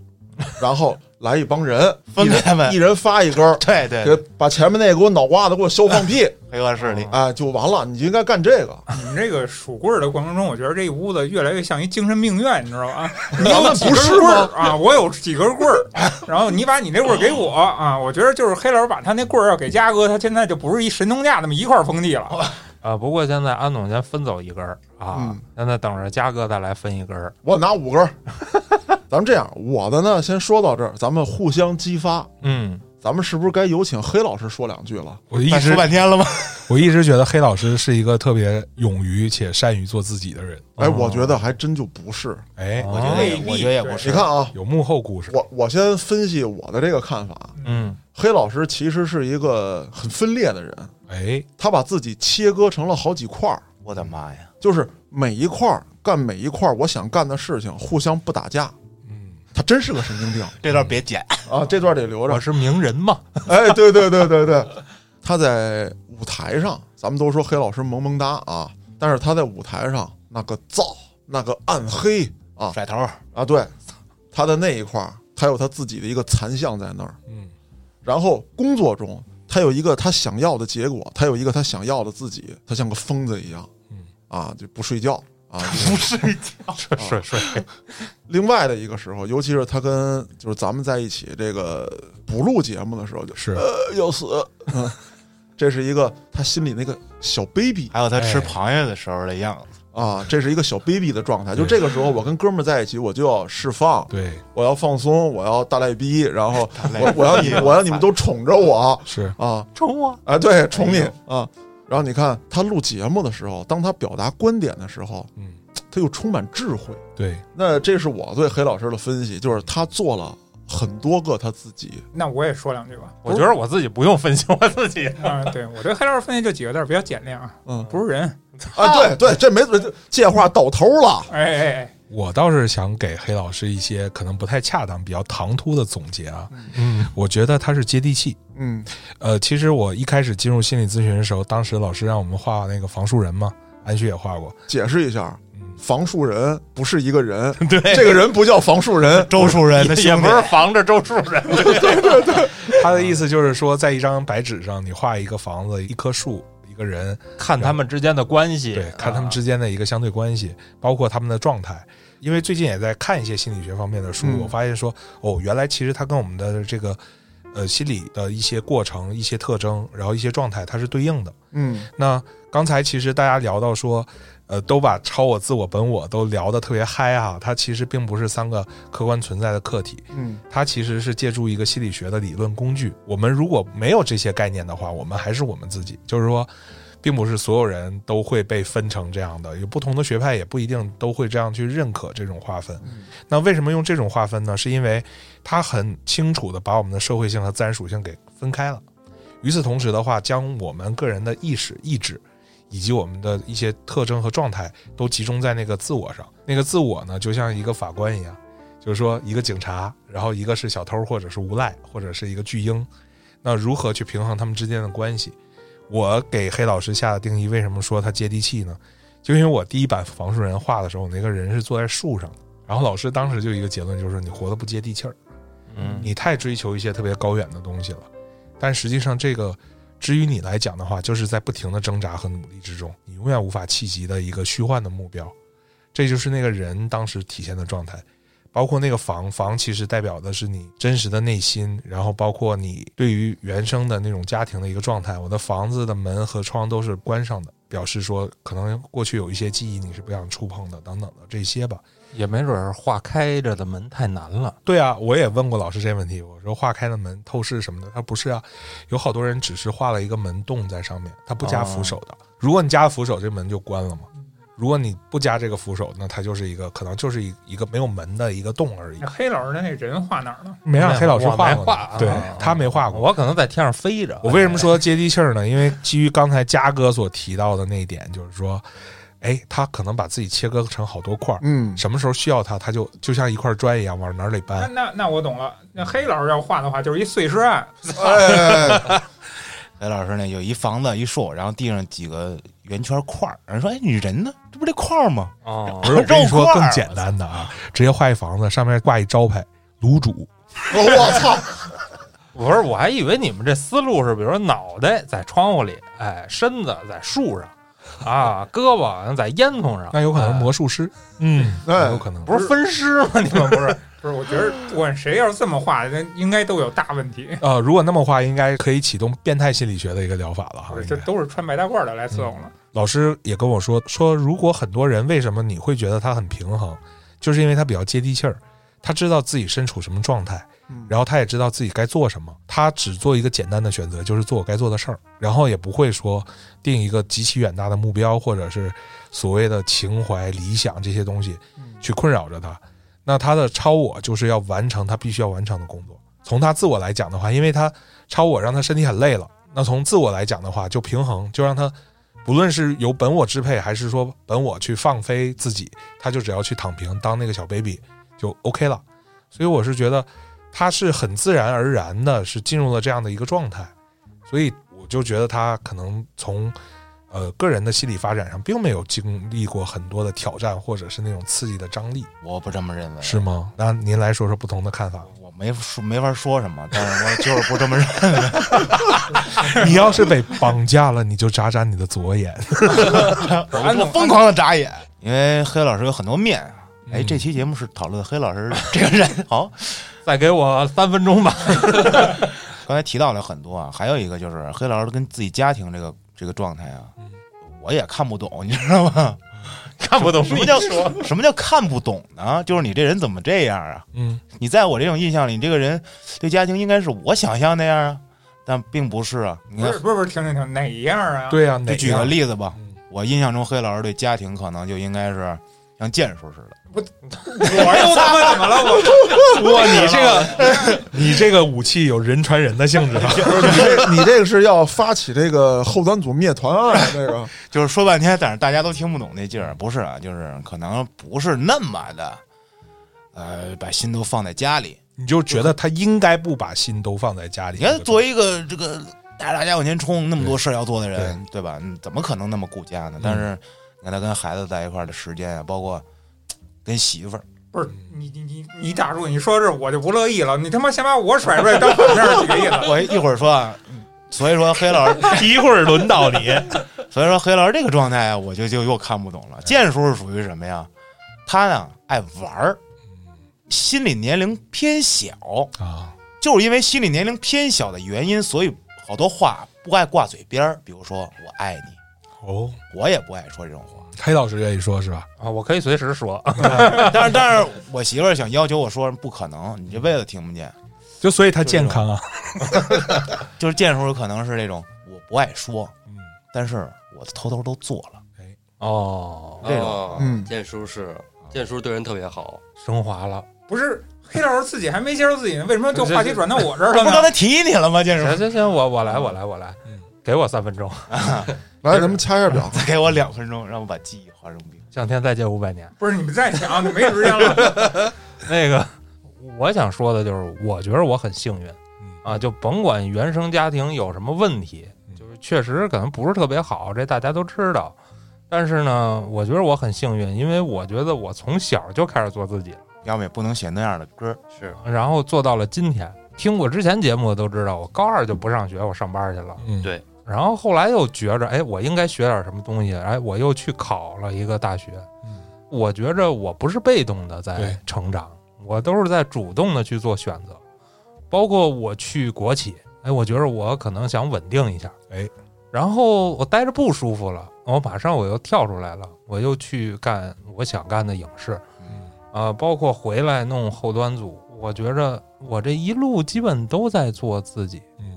然后来一帮人， 分开他们一人一人发一根儿，对对，给对把前面那个给我脑瓜子给我削放屁，黑恶势力。哎，就完了。你就应该干这个。你们这个数棍儿的过程中，我觉得这屋子越来越像一精神病院，你知道 吧？ 你有几不是根棍吗儿啊？我有几根棍儿，然后你把你那棍儿给我啊！我觉得就是黑老师把他那棍儿要给嘉哥，他现在就不是一神农架那么一块儿封地了。啊，不过现在安总先分走一根儿啊，嗯现在等着嘉哥再来分一根儿。我拿五根儿。 咱们这样，我的呢先说到这儿，咱们互相激发。嗯，咱们是不是该有请黑老师说两句了？啊我一说直半天了吗？我一直觉得黑老师是一个特别勇于且善于做自己的人。哎，我觉得还真就不是。哎，我觉得也未必我觉得也不对是。你看啊，有幕后故事。我我先分析我的这个看法。嗯黑老师其实是一个很分裂的人，哎，他把自己切割成了好几块儿，我的妈呀！就是每一块儿干每一块儿我想干的事情，互相不打架。嗯，他真是个神经病这段别剪，啊！这段得留着我。是名人 嘛，哎，对对对对对，他在舞台上，咱们都说黑老师萌萌哒啊，但是他在舞台上那个燥，那个暗黑啊甩头。啊，对，他的那一块儿，他有他自己的一个残像在那儿。嗯，然后工作中，他有一个他想要的结果，他有一个他想要的自己，他像个疯子一样，嗯啊，就不睡觉啊。 不是 睡睡睡，另外的一个时候，尤其是他跟就是咱们在一起这个不录节目的时候，就是呃要死，嗯这是一个他心里那个小 baby 还有他吃螃蟹的时候的样子，啊，这是一个小 baby 的状态。就对这个时候，我跟哥们儿在一起，我就要释放，对，我要放松，我要大赖逼，然后赖我逼。我要你我要你们都宠着我是啊，冲我！哎，对，宠你啊。然后你看他录节目的时候，当他表达观点的时候，嗯，他又充满智慧。对，那这是我对黑老师的分析，就是他做了很多个他自己。那我也说两句吧。我觉得我自己不用分析我自己，啊，对我对黑老师分析就几个字儿，比较简练啊，嗯不是人。啊，对对，这没准这这话到头了。哎哎哎，我倒是想给黑老师一些可能不太恰当、比较唐突的总结啊。嗯，我觉得他是接地气。嗯呃，其实我一开始进入心理咨询的时候，当时老师让我们画那个房树人嘛，安旭也画过。解释一下嗯，房树人不是一个人，对，这个人不叫房树人周树人的也兄不弟是防着周树人， 他的意思就是说，在一张白纸上，你画一个房子、一棵树、一个人，看他们之间的关系，对，看他们啊之间的一个相对关系，包括他们的状态。因为最近也在看一些心理学方面的书，嗯我发现说，哦，原来其实它跟我们的这个呃心理的一些过程、一些特征，然后一些状态，它是对应的。嗯那刚才其实大家聊到说，呃，都把超我、自我、本我都聊得特别嗨哈、它其实并不是三个客观存在的客体，嗯它其实是借助一个心理学的理论工具。我们如果没有这些概念的话，我们还是我们自己，就是说。并不是所有人都会被分成这样的，有不同的学派也不一定都会这样去认可这种划分。那为什么用这种划分呢？是因为它很清楚的把我们的社会性和自然属性给分开了。与此同时的话，将我们个人的意识、意志，以及我们的一些特征和状态，都集中在那个自我上。那个自我呢，就像一个法官一样，就是说一个警察，然后一个是小偷，或者是无赖，或者是一个巨婴。那如何去平衡他们之间的关系？我给黑老师下的定义，为什么说他接地气呢？就因为我第一版房树人画的时候，那个人是坐在树上的，然后老师当时就一个结论，就是你活得不接地气儿。嗯，你太追求一些特别高远的东西了，但实际上这个，至于你来讲的话，就是在不停的挣扎和努力之中，你永远无法企及的一个虚幻的目标。这就是那个人当时体现的状态，包括那个房房，其实代表的是你真实的内心，然后包括你对于原生的那种家庭的一个状态。我的房子的门和窗都是关上的，表示说可能过去有一些记忆你是不想触碰的，等等的这些吧。也没准儿画开着的门太难了，对啊，我也问过老师这个问题，我说画开了门透视什么的，他说不是啊，有好多人只是画了一个门洞在上面，他不加扶手的。如果你加了扶手，这门就关了嘛。如果你不加这个扶手，那它就是一个可能就是一一个没有门的一个洞而已那。黑老师的那人画哪儿了？没让黑老师我没画过画呢，啊，对他没画过。我可能在天上飞着。我为什么说接地气儿呢？因为基于刚才嘉哥所提到的那一点，就是说，哎，他可能把自己切割成好多块儿，嗯，什么时候需要他，他就就像一块砖一样往哪里搬那。那那我懂了。那黑老师要画的话，就是一碎尸案。 哎， 白老师呢有一房子一树，然后地上几个圆圈块儿，然后说：“哎，你人呢？这不这块儿吗哦不是，我跟你说肉块儿更简单的啊，直接画一房子，上面挂一招牌“卤煮我我操！不是，我还以为你们这思路是，比如说脑袋在窗户里，哎，身子在树上，啊，胳膊好像在烟囱上”，，那有可能是魔术师，嗯，哎有可能啊不是分尸吗？你们不是？ 不是，我觉得不管谁要是这么画，那应该都有大 问题。呃，如果那么画，应该可以启动变态心理学的一个疗法了哈不。是，应这该都是穿白大褂的来伺候了。老师也跟我说说，如果很多人为什么你会觉得他很平衡，就是因为他比较接地气儿，他知道自己身处什么状态，嗯然后他也知道自己该做什么，他只做一个简单的选择，就是做我该做的事儿，然后也不会说定一个极其远大的目标，或者是所谓的情怀、理想这些东西去困扰着他。那他的超我就是要完成他必须要完成的工作。从他自我来讲的话，因为他超我让他身体很累了，那从自我来讲的话，就平衡，就让他不论是由本我支配，还是说本我去放飞自己，他就只要去躺平，当那个小 baby 就 OK 了。所以我是觉得他是很自然而然的，是进入了这样的一个状态，所以我就觉得他可能从呃个人的心理发展上，并没有经历过很多的挑战，或者是那种刺激的张力，我不这么认为，是吗？那您来说说不同的看法。我没说没法说什么，但是我就是不这么认为。你要是被绑架了，你就眨眨你的左眼。嗯安 总疯狂的眨眼，因为黑老师有很多面啊。哎，这期节目是讨论黑老师这个人。 好，再给我三分钟吧。刚才提到了很多啊，还有一个就是黑老师跟自己家庭这个这个状态啊，我也看不懂，你知道吗？看不懂什么叫什么叫看不懂呢？就是你这人怎么这样啊？嗯你在我这种印象里，你这个人对家庭应该是我想象那样啊，但并不是啊。你不看是不是不是，停停停，哪样啊？，对呀、啊，就举个个，例子吧嗯，我印象中黑老师对家庭可能就应该是像剑术似的。我 又他妈怎么了？我哇，你这个你这个武器有人传人的性 质啊。不是你这你这个是要发起这个后端组灭团案啊这个，就是说半天，但是大家都听不懂那劲儿，不是啊，就是可能不是那么的，呃，把心都放在家里。你就觉得他应该不把心都放在家里。你看，作为一个这个带着大家往前冲，那么多事儿要做的人，对吧？嗯怎么可能那么顾家呢？但是，你看他跟孩子在一块儿的时间啊，包括嘖跟媳妇儿， 不是你你你你打住！你说这我就不乐意了。你他妈先把我甩出来当反面儿举个例子。 我一会儿说啊，嗯所以说黑老师， 一会儿轮到你， 所以说黑老师这个状态啊，我就就又看不懂了。建叔是属于什么呀？他呢爱玩儿，心理年龄偏小，啊，就是因为心理年龄偏小的原因，所以好多话不爱挂嘴边儿。比如说“我爱你哦，”，我也不爱说这种话。黑老师愿意说是吧？啊！我可以随时说，但是，但是我媳妇儿想要求我说不可能，你这辈子听不见。就所以他健康啊，就是见时候可能是那种我不爱说，嗯，但是我偷偷都做 了。哦，这种哦嗯建叔是建叔对人特别好，升华了。不是黑老师自己还没接受自己呢，为什么就话题转到我这儿了不是刚呢？ 才提你了吗？建行叔，行行，我我来，我来，我来嗯，给我三分钟，来咱们掐一下表，再给我两分钟，让我把记忆化成冰。向天再借五百年。不是你们再想，你没时间了。 那个，我想说的就是，我觉得我很幸运嗯啊，就甭管原生家庭有什么问题，就是确实可能不是特别好，这大家都知道。但是呢，我觉得我很幸运，因为我觉得我从小就开始做自己了，要么也不能写那样的歌儿，是然后做到了今天。听过之前节目的都知道，我高二就不上学，我上班去了。嗯，对然后后来又觉着，哎，我应该学点什么东西，哎，我又去考了一个大学。嗯，我觉着我不是被动的对在成长，我都是在主动的去做选择。包括我去国企，哎，我觉着我可能想稳定一下，哎，然后我待着不舒服了，我马上我又跳出来了，我又去干我想干的影视，嗯啊、包括回来弄后端组，我觉着我这一路基本都在做自己。嗯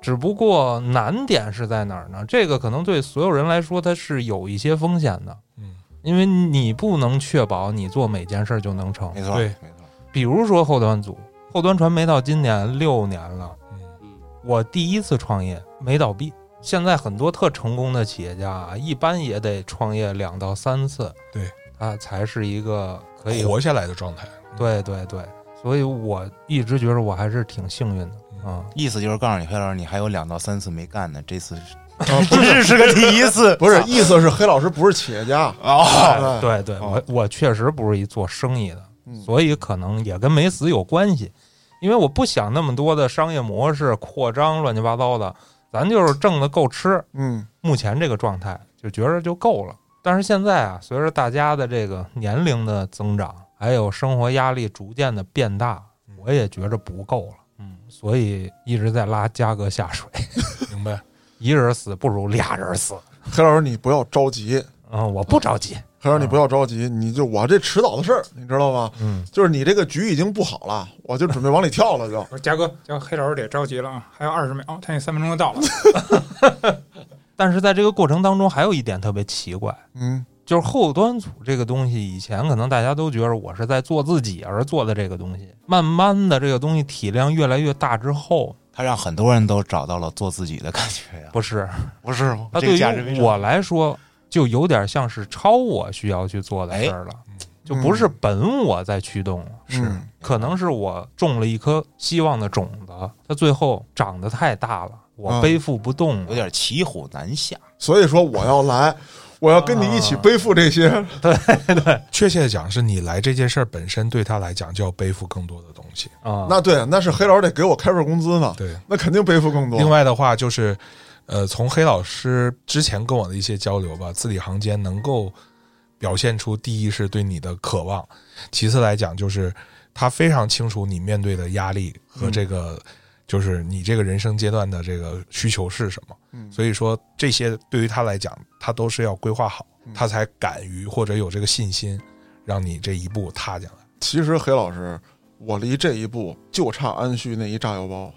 只不过难点是在哪儿呢？这个可能对所有人来说，它是有一些风险的，嗯，因为你不能确保你做每件事儿就能成没。错，对没错，比如说后端组，后端传媒到今年六年了，嗯嗯我第一次创业没倒闭。现在很多特成功的企业家啊，一般也得创业两到三次，对，他才是一个可以活下来的状态，对对对，所以我一直觉得我还是挺幸运的嗯啊、意思就是告诉你，黑老师，你还有两到三次没干呢，这次是啊不是这是个第一次，不是，意思是黑老师不是企业家，哎哦，对哎对对，哦我我确实不是一做生意的，嗯所以可能也跟没死有关系，因为我不想那么多的商业模式扩张乱七八糟的，咱就是挣的够吃，嗯目前这个状态就觉着就够了。但是现在啊，随着大家的这个年龄的增长，还有生活压力逐渐的变大，我也觉着不够了，嗯，所以一直在拉嘉哥下水，明白？一人死不如俩人死，黑老师你不要着急，嗯，我不着急，他说你不要着急，你就我这迟早的事儿，你知道吗？嗯，就是你这个局已经不好了，我就准备往里跳了就，我说嘉哥，嘉哥，黑老师别着急了啊，还有二十秒，他那三分钟 就到了。但是在这个过程当中，还有一点特别奇怪，嗯就是后端组这个东西，以前可能大家都觉得我是在做自己而做的这个东西，慢慢的这个东西体量越来越大之后，他让很多人都找到了做自己的感觉呀，不是，不是吗？它这个对价值为于什我么？来说，就有点像是超我需要去做的事儿了，哎就不是本我在驱动了，嗯是可能是我种了一颗希望的种子，它最后长得太大了，我嗯背负不动了有点骑虎难下，所以说我要来，我要跟你一起背负这些，确切的讲，是你来这件事儿本身对他来讲就要背负更多的东西。啊。那对，那是黑老师得给我开份工资呢，对，那肯定背负更多。另，外的话就是，呃，从黑老师之前跟我的一些交流吧，字里行间能够表现出，第一是对你的渴望，其次来讲就是他非常清楚你面对的压力和这个、就是你这个人生阶段的这个需求是什么。嗯所以说这些对于他来讲，他都是要规划好，他才敢于或者有这个信心，让你这一步踏进来。其实黑老师，我离这一步就差安旭那一炸药包。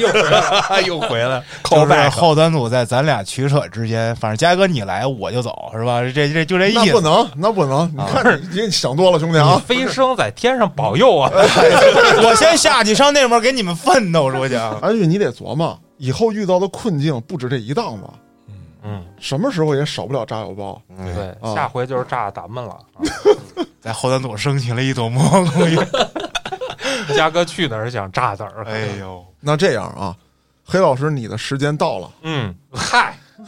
又回来了，又回来就是后端组在咱俩取舍之间，反正嘉哥你来我就走，是吧？这这就这意那不思。能，那不能！你看你，你想多了，兄弟你啊！飞升在天上保佑啊！ 我先下去上那边给你们奋斗啊出去。安旭，你得琢磨，以后遇到的困境不止这一档子，嗯，什么时候也少不了炸药包。对，哦啊下回就是炸咱们了。啊 在后端组升起了一朵蘑菇云。嘉哥去哪儿想炸子儿？啊哎呦，那这样啊，黑老师，你的时间到了，嗯，嗨，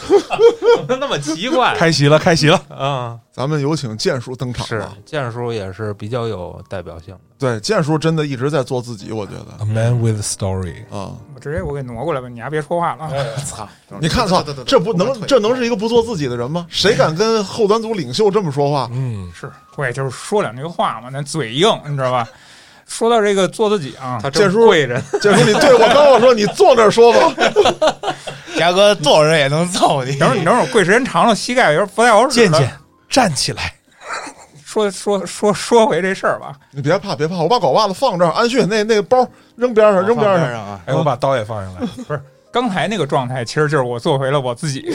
怎么那么奇怪？开席了，开席了，嗯，咱们有请剑叔登场是吧。剑叔也是比较有代表性的。对，剑叔真的一直在做自己，我觉得 A Man with Story。啊、我直接我给挪过来吧，你还别说话了啊。你看操，这不能，这能是一个不做自己的人吗？谁敢跟后端组领袖这么说话？嗯，是，我也就是说两句话嘛，那嘴硬，你知道吧？说到这个做自己啊，他剑正叔跪着呢， 剑叔，你对我刚我说，你坐那儿说吧。 嘉哥坐着也能揍你。 等会儿你等会儿我跪时间长了，膝盖有点不太好使健了。健站起来，说说说说回这事儿吧，你别怕，别怕，我把狗袜子放这儿，安旭那那个包扔边上，扔边上。上啊！哎，我把刀也放上 来。刚才那个状态其实就是我做回了我自己。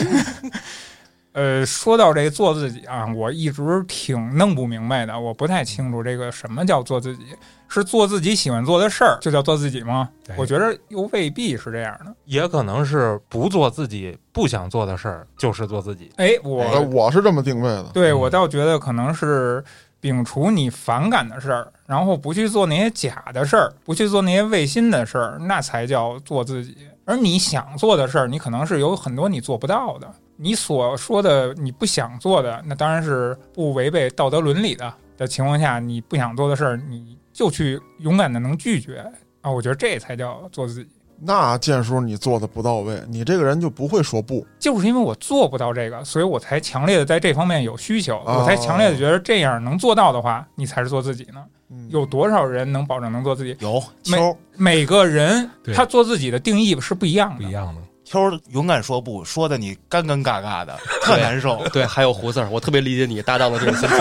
呃，说到这个做自己啊，我一直挺弄不明白的，我不太清楚这个什么叫做自己，是做自己喜欢做的事儿就叫做自己吗？对我觉得又未必是这样的。也可能是不做自己不想做的事儿，就是做自己。哎，我、呃我是这么定位的，对我倒觉得可能是摒除你反感的事儿，然后不去做那些假的事儿，不去做那些违心的事儿，那才叫做自己。而你想做的事儿，你可能是有很多你做不到的。你所说的你不想做的，那当然是不违背道德伦理的的情况下，你不想做的事儿，你就去勇敢的能拒绝啊！我觉得这才叫做自己。那剑叔你做的不到位，你这个人就不会说不。就是因为我做不到这个，所以我才强烈的在这方面有需求，我才强烈的觉得这样能做到的话，你才是做自己呢。嗯有多少人能保证能做自己？有没秋每个人对他做自己的定义是不一样不的一。样的，秋勇敢说不，说的你干干尬尬的，特对难受。对，还有胡子儿，我特别理解你搭档的这种心情。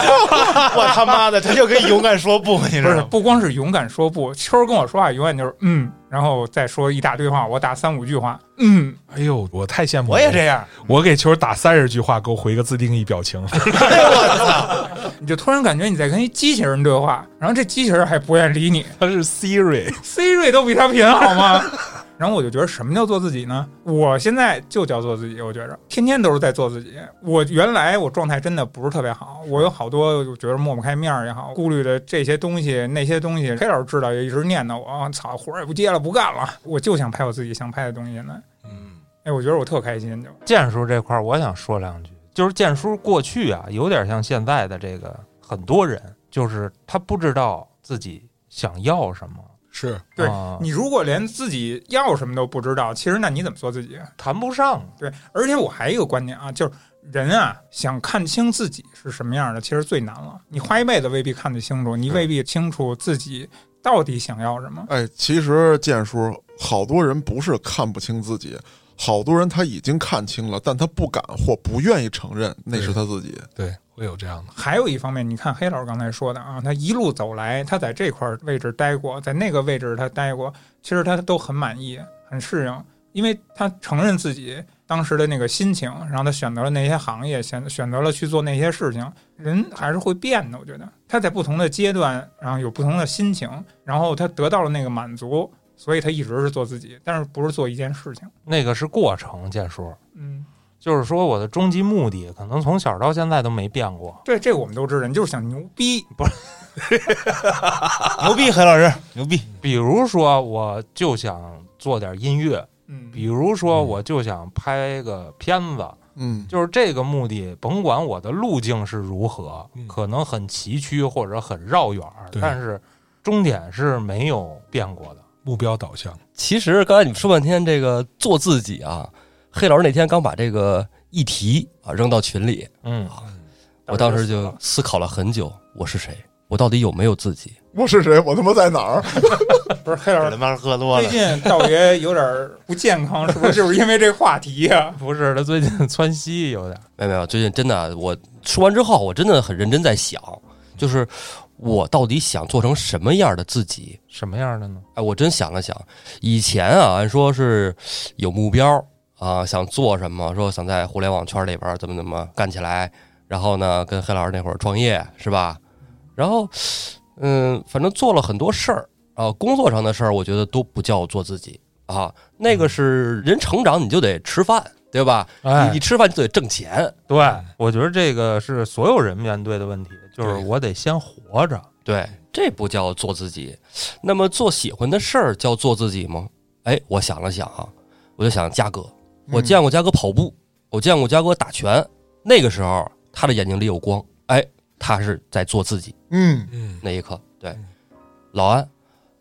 我他妈的，他就跟勇敢说不，你知不是道，吗？不光是勇敢说不，秋儿跟我说话永远就是嗯，然后再说一大堆话，我打三五句话，嗯，哎呦，我太羡慕我也这， 样，我给球打三十句话，给我回个自定义表情。你就突然感觉你在跟一机器人对话，然后这机器人还不愿理你，他是 Siri， Siri 都比他贫好吗？然后我就觉得什么叫做自己呢？我现在就叫做自己，我觉着天天都是在做自己。我原来我状态真的不是特别好，我有好多我觉得抹不开面儿也好，顾虑的这些东西那些东西，黑老师知道也一直念叨我，啊操，活儿也不接了，不干了，我就想拍我自己想拍的东西。现在，嗯，哎，我觉得我特开心，就剑叔这块儿，我想说两句，就是剑叔过去啊，有点像现在的这个很多人，就是他不知道自己想要什么。是对啊你如果连自己要什么都不知道，其实那你怎么做自己啊？谈不上。对，而且我还有一个观点啊，就是人啊，想看清自己是什么样的，其实最难了。你花一辈子未必看得清楚，你未必清楚自己到底想要什么。哎，其实剑叔，好多人不是看不清自己，好多人他已经看清了，但他不敢或不愿意承认那是他自己。会有这样的。还有一方面，你看黑老师刚才说的啊，他一路走来，他在这块位置待过，在那个位置他待过，其实他都很满意，很适应，因为他承认自己当时的那个心情，然后他选择了那些行业，选选择了去做那些事情。人还是会变的，我觉得他在不同的阶段，然后有不同的心情，然后他得到了那个满足，所以他一直是做自己，但是不是做一件事情。那个是过程，建叔。嗯，就是说我的终极目的可能从小到现在都没变过。对，这个我们都知道，你就是想牛逼，牛逼，黑老师，牛逼！比如说，我就想做点音乐，嗯，比如说我就想拍个片子，嗯，就是这个目的，甭管我的路径是如何，嗯可能很崎岖或者很绕远儿，对但是终点是没有变过的。目标导向，其实刚才你们说半天这个做自己啊，黑老师那天刚把这个议题啊扔到群里，嗯，我当时就思考了很久，我是谁？我到底有没有自己？我是谁？我他妈在哪儿？不是黑老这师他妈喝多最了，近倒也有点不健康， 是不是？就是因为这话题呀、不是他最近窜稀有点儿，没有没有，最近真的我说完之后，我真的很认真在想，就是我到底想做成什么样的自己？什么样的呢？哎，我真想了想，以前啊，按说是有目标啊，想做什么，说想在互联网圈里边怎么怎么干起来，然后呢，跟黑老师那会儿创业是吧？然后，嗯，反正做了很多事儿啊，工作上的事儿，我觉得都不叫做自己啊，那个是人成长你就得吃饭，对吧？哎你你吃饭就得挣钱，对，我觉得这个是所有人面对的问题，就是对我得先活着。对，这不叫做自己。那么做喜欢的事儿叫做自己吗？哎，我想了想啊，我就想嘉哥，我见过嘉哥跑步，我见过嘉哥打拳，那个时候他的眼睛里有光，哎，他是在做自己嗯嗯，那一刻。对嗯，老安，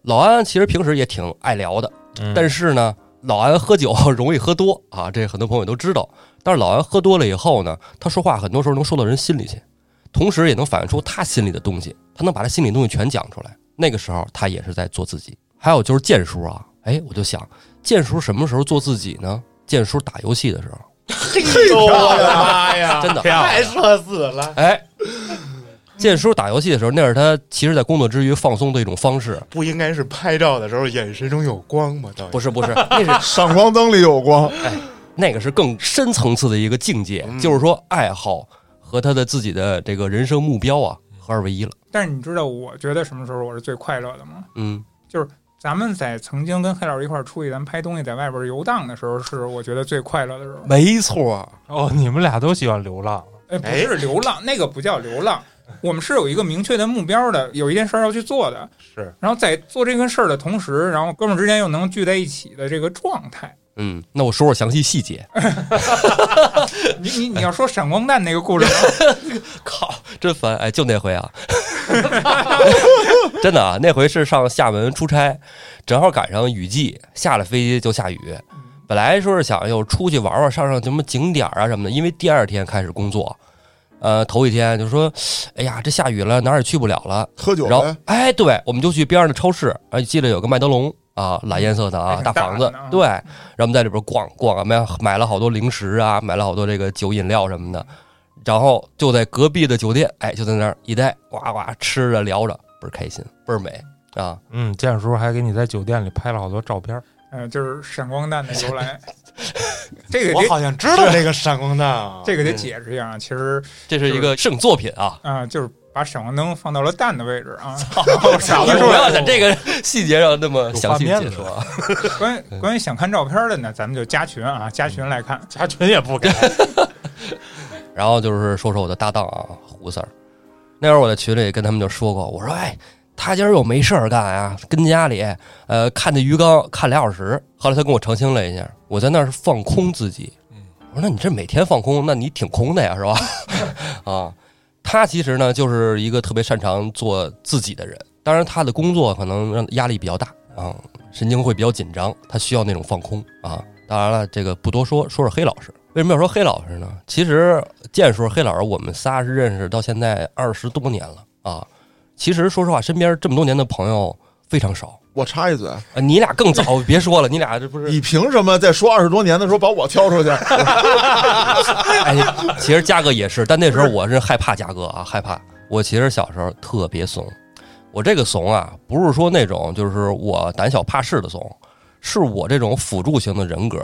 老安其实平时也挺爱聊的，嗯、但是呢，老安喝酒 容易喝多啊，这很多朋友都知道。但是老安喝多了以后呢，他说话很多时候能说到人心里去，同时也能反映出他心里的东西，他能把他心里的东西全讲出来。那个时候他也是在做自己。还有就是建叔啊，哎，我就想建叔什么时候做自己呢？建叔打游戏的时候，嘿哎呦我啊的妈呀！真的太社死了。哎，建叔打游戏的时候，那是他其实在工作之余放松的一种方式。不应该是拍照的时候眼神中有光吗？到底不是不是，那是闪光灯里有光，那个是更深层次的一个境界，嗯就是说爱好和他的自己的这个人生目标啊合二为一了。但是你知道，我觉得什么时候我是最快乐的吗？嗯，咱们在曾经跟黑老师一块儿出去，咱们拍东西，在外边游荡的时候，是我觉得最快乐的时候。没错，哦，你们俩都喜欢流浪，哎，不是流浪，那个不叫流浪。我们是有一个明确的目标的，有一件事儿要去做的。是，然后在做这个事儿的同时，然后哥们儿之间又能聚在一起的这个状态。嗯，那我说说详细细节。你你你要说闪光弹那个故事吗， 靠，真烦！哎，就那回 啊，真的啊，那回是上厦门出差，正好赶上雨季，下了飞机就下雨。本来说是想又出去玩玩，上上什么景点啊什么的，因为第二天开始工作，呃，头一天就说，哎呀，这下雨了，哪儿也去不了了。喝酒然后呗。，哎，对，我们就去边上的超市，哎，记得有个麦德龙啊，蓝颜色的啊，哎大房子大的啊，对，然后我们在里边逛逛啊，买买了好多零食啊，买了好多这个酒饮料什么的，然后就在隔壁的酒店，哎，就在那儿一待，哇哇吃着聊着，倍儿开心，倍儿美啊，嗯，建叔还给你在酒店里拍了好多照片儿。呃，就是闪光弹的由 来。这个我得好像知道这个闪光弹啊，这个得解释一下啊，其实这是一个圣作品啊。啊、就是把闪光灯放到了蛋的位置啊。 不要 在这个细节上那么详细有画解面说啊，关于关于想看照片的呢，咱们就加群啊，加群来看。加群也不给，然后就是说说我的搭档啊，胡 Sir。那会儿我在群里跟他们就说过，我说哎，他今儿又没事儿干啊，跟家里呃看那鱼缸看俩小时。后来他跟我澄清了一下，我在那儿是放空自己。我说那你这每天放空，那你挺空的呀，是吧？啊，他其实呢就是一个特别擅长做自己的人，当然他的工作可能让压力比较大啊，神经会比较紧张，他需要那种放空啊。当然了，这个不多说，说说黑老师。为什么要说黑老师呢？其实建叔、黑老师，我们仨是认识到现在二十多年了啊。其实说实话，身边这么多年的朋友，非常少。我插一嘴，呃你俩更早，别说了，你俩这不是？你凭什么在说二十多年的时候把我挑出去？哎，其实嘉哥也是，但那时候我是害怕嘉哥啊，害怕。我其实小时候特别怂，我这个怂啊，不是说那种就是我胆小怕事的怂，是我这种辅助型的人格。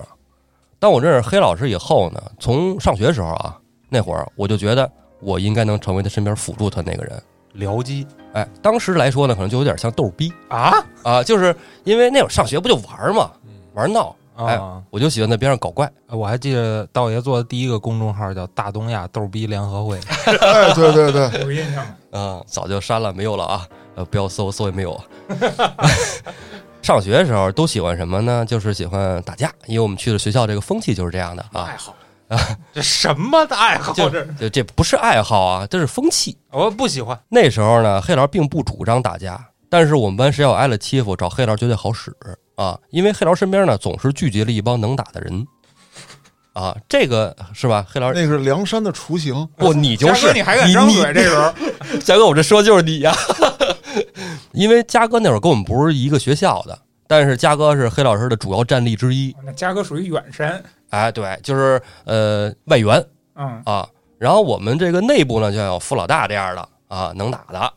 当我认识黑老师以后呢，从上学时候啊那会儿，我就觉得我应该能成为他身边辅助他那个人。僚机哎，当时来说呢，可能就有点像逗逼啊啊，就是因为那会儿上学不就玩儿嘛，玩闹，哎嗯啊！我就喜欢在边上搞怪。我还记得道爷做的第一个公众号叫“大东亚逗逼联合会哎， 对对对，有印象。啊，早就删了，没有了啊，呃，不要搜，搜也没有。 上学的时候都喜欢什么呢？就是喜欢打架，因为我们去的学校这个风气就是这样的啊。好”，这什么的爱好？就这这这不是爱好啊，这是风气。 我不喜欢。那时候呢，黑老师并不主张打架，但是我们班谁要挨了欺负，找黑老师绝对好使啊，因为黑老师身边呢总是聚集了一帮能打的人啊，这个是吧？黑老师那是梁山的雏形。不，你就嘉是哥，你还敢张嘴？这时候嘉哥，我这说就是你呀、 因为嘉哥那会儿跟我们不是一个学校的，但是嘉哥是黑老师的主要战力之一。那嘉哥属于远山，哎，对，就是呃外援嗯，啊。然后我们这个内部呢，就有付老大这样的啊，能打的。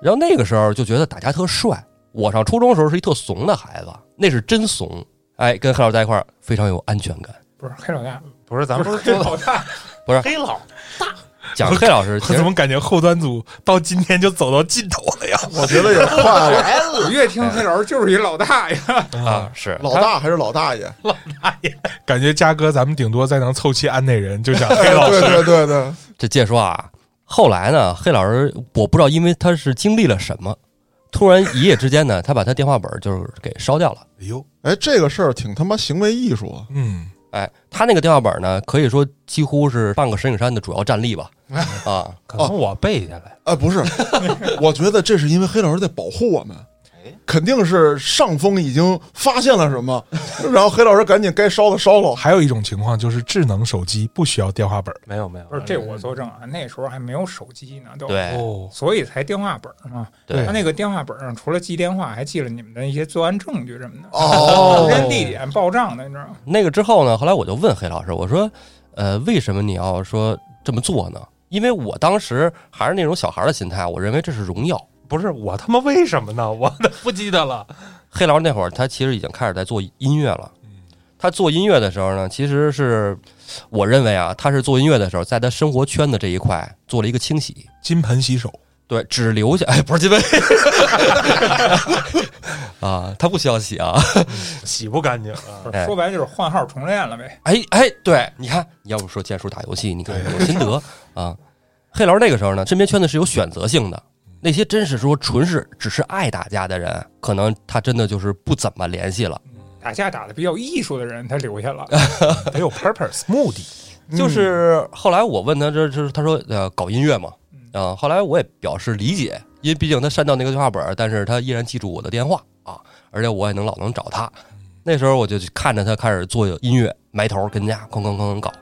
然后那个时候就觉得打架特帅。我上初中的时候是一特怂的孩子，那是真怂。哎，跟黑老师在一块儿非常有安全感。不是黑老大，不是，咱们不是 黑老大，黑老讲黑老师，其我实怎么感觉后端组到今天就走到尽头了呀？我觉得也快 了，我越听黑老师就是一老大呀。啊是老大还是老大 爷。感觉嘉哥，咱们顶多再能凑齐安内人，就 讲黑哎，老对师。对对对，这介说啊，后来呢，黑老师我不知道，因为他是经历了什么，突然一夜之间呢，他把他电话本儿就是给烧掉了。哎呦，哎，这个事儿挺他妈行为艺术啊。嗯，哎，他那个电话本儿呢，可以说几乎是半个神影山的主要战 力吧。啊，可能我背下来。哎，不是， 我觉得这是因为黑老师在保护我们哎，肯定是上峰已经发现了什么， 然后黑老师赶紧该烧的烧了。还有一种情况就是智能手机不需要电话本儿没有没有，不是，这我作证啊，那时候还没有手机呢，都，对哦，所以才电话本儿嘛。对他那个电话本上除了记电话，还记了你们的一些作案证据什么的， 哦时，间、地点、报账的，你知道吗？那个之后呢，后来我就问黑老师，我说，呃，为什么你要说这么做呢？因为我当时还是那种小孩儿的心态，我认为这是荣耀。不是我他妈为什么呢？我都不记得了。黑老师那会儿，他其实已经开始在做音乐了。他做音乐的时候呢，其实是我认为啊，他是做音乐的时候，在他生活圈子这一块做了一个清洗，金盆洗手，对，只留下哎，不是 金杯啊，他不需要洗啊，洗不干净啊！不哎是说白了就是换号重练了呗。哎哎，对，你看，你要不说剑术打游戏，你看有心得啊。黑老师那个时候呢，身边圈子是有选择性的，那些真是说纯是只是爱打架的人，可能他真的就是不怎么联系了。打架打的比较艺术的人，他留下了。得有 purpose 目的。就是后来我问他，这就是他说呃搞音乐嘛，嗯啊、后来我也表示理解，因为毕竟他删掉那个对话本儿，但是他依然记住我的电话啊，而且我也能老能找他。那时候我就去看着他开始做音乐，埋头跟家哐哐哐哐搞。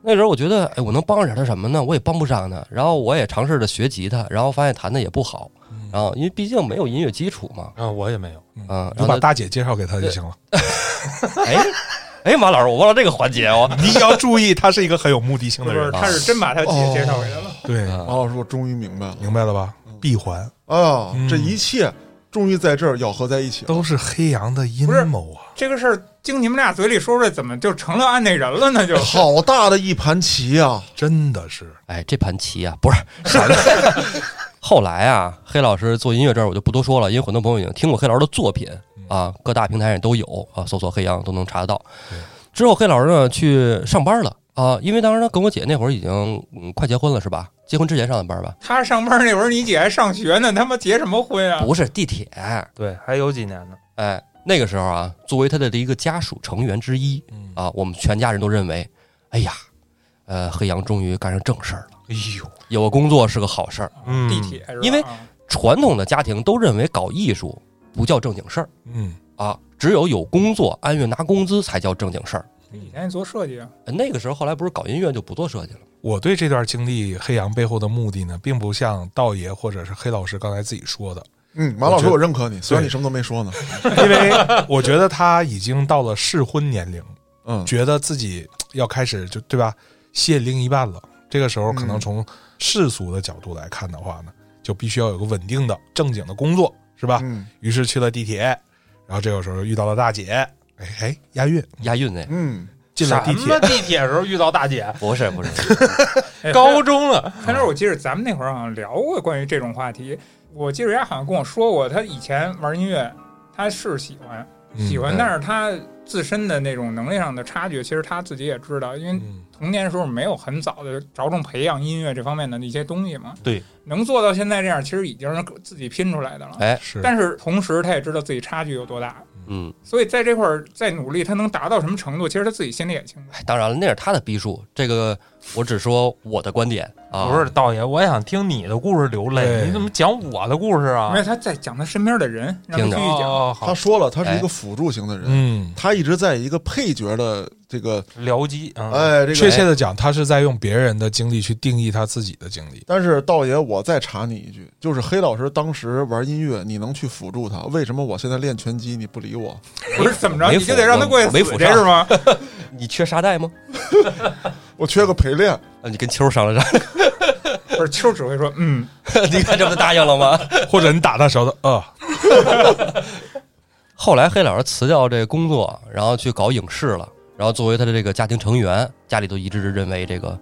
那时候我觉得，哎，我能帮上他什么呢？我也帮不上他。然后我也尝试着学吉他，然后发现弹的也不好。然后因为毕竟没有音乐基础嘛，啊，我也没有。嗯，你然把后大姐介绍给他就行了。他哎哎，马老师，我忘了这个环节哦。 你要注意，他是一个很有目的性不的是，人。他是真把他姐介绍给他了。对，啊马老师，我终于明白了嗯明白了吧？闭环啊，这嗯一切终于在这儿咬合在一起了。都是黑羊的阴不是谋啊！这个事儿经你们俩嘴里说出来，怎么就成了案内人了 呢？就好大的一盘棋啊！真的是哎，这盘棋啊，不是 啥的。后来啊，黑老师做音乐这儿我就不多说了，因为很多朋友已经听过黑老师的作品啊，各大平台上都有啊，搜索黑羊都能查得到。之后黑老师呢去上班了啊，因为当时他跟我姐那会儿已经嗯快结婚了是吧？结婚之前上的班吧？他上班那会儿，你姐还上学呢，他妈结什么婚啊？不是地铁，对，还有几年呢。哎，那个时候啊，作为他的一个家属成员之一嗯啊，我们全家人都认为，哎呀，呃，黑羊终于干上正事儿了，哎呦，有个工作是个好事儿。嗯地铁是吧因为啊传统的家庭都认为搞艺术不叫正经事儿嗯，啊，只有有工作按月拿工资才叫正经事儿。以前你做设计啊，呃那个时候，后来不是搞音乐就不做设计了吗？我对这段经历黑羊背后的目的呢，并不像道爷或者是黑老师刚才自己说的， 嗯，马老师，我觉得我认可你，虽然你什么都没说呢。因为我觉得他已经到了适婚年龄，嗯，觉得自己要开始就对吧，吸引另一半了。这个时候，可能嗯从世俗的角度来看的话呢，就必须要有个稳定的、正经的工作，是吧？嗯于是去了地铁，然后这个时候遇到了大姐，哎哎，押韵，押韵那嗯，进了地什么铁，地铁时候遇到大 姐？不是不是，哎高中了，但是我记得咱们那会儿好像聊过关于这种话题，我记得人家好像跟我说过，他以前玩音乐，他是喜欢嗯喜欢，对但是他自身的那种能力上的差距，其实他自己也知道，因为嗯童年时候没有很早的着重培养音乐这方面的一些东西嘛。对，能做到现在这样，其实已经是自己拼出来的了。哎，是，但是同时，他也知道自己差距有多大，嗯，所以在这块儿再努力，他能达到什么程度，其实他自己心里也清楚。哎当然了，那是他的逼数，这个我只说我的观点啊，不是道爷，我也想听你的故事流泪，对你怎么讲我的故事啊因为？他在讲他身边的人，让他听继着续讲。哦，他好，说了，他是一个辅助型的人，嗯，他一直在一个配角的这个，僚机，嗯，哎，这确个。切的讲，他是在用别人的经历去定义他自己的 经历。但是道爷，我再查你一句，就是黑老师当时玩音乐，你能去辅助他，为什么我现在练拳击你不理我？不是怎么着，没你腐就得让他过去没死腐这上是吗？你缺沙袋吗？我缺个陪练。啊，你跟秋儿 商量商不是秋儿只会说嗯，量，你看这不就答应了吗？或者你打他勺子，呃，后来黑老师辞掉这工作，然后去搞影视了。然后作为他的这个家庭成员，家里都一致认为这个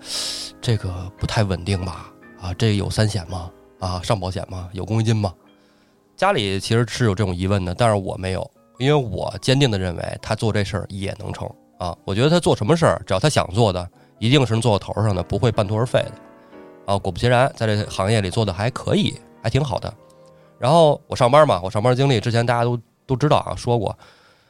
这个不太稳定吧？啊，这有三险吗？啊，上保险吗？有公积金吗？家里其实是有这种疑问的，但是我没有，因为我坚定的认为他做这事儿也能成啊。我觉得他做什么事儿，只要他想做的，一定是能做到头上的，不会半途而废的。啊，果不其然，在这个行业里做的还可以，还挺好的。然后我上班嘛，我上班经历之前大家都都知道啊，说过。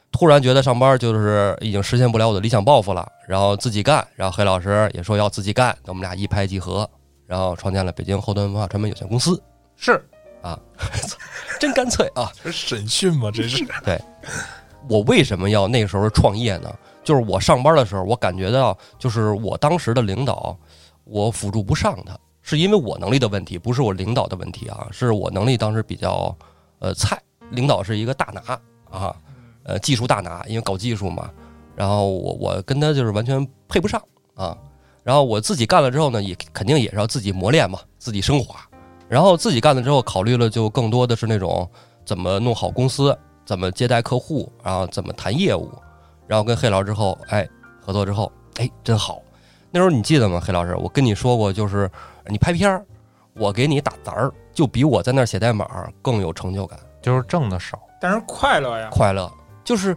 突然觉得上班就是已经实现不了我的理想抱负了，然后自己干。然后黑老师也说要自己干，那我们俩一拍即合，然后创建了北京后端文化传媒有限公司，是真干脆啊！审讯吗？这是，我为什么要那时候创业呢？就是我上班的时候，我感觉到就是我当时的领导，我辅助不上他，是因为我能力的问题，不是我领导的问题啊，是我能力当时比较呃菜，领导是一个大拿啊，呃技术大拿，因为搞技术嘛，然后我我跟他就是完全配不上啊，然后我自己干了之后呢，也肯定也是要自己磨练嘛，自己升华，然后自己干了之后，考虑了就更多的是那种怎么弄好公司，怎么接待客户，然后怎么谈业务，然后跟黑老师之后，哎，合作之后，哎，真好。那时候你记得吗，黑老师？我跟你说过，就是你拍片儿，我给你打杂儿，就比我在那儿写代码更有成就感、就是挣的少，但是快乐呀，快乐。就是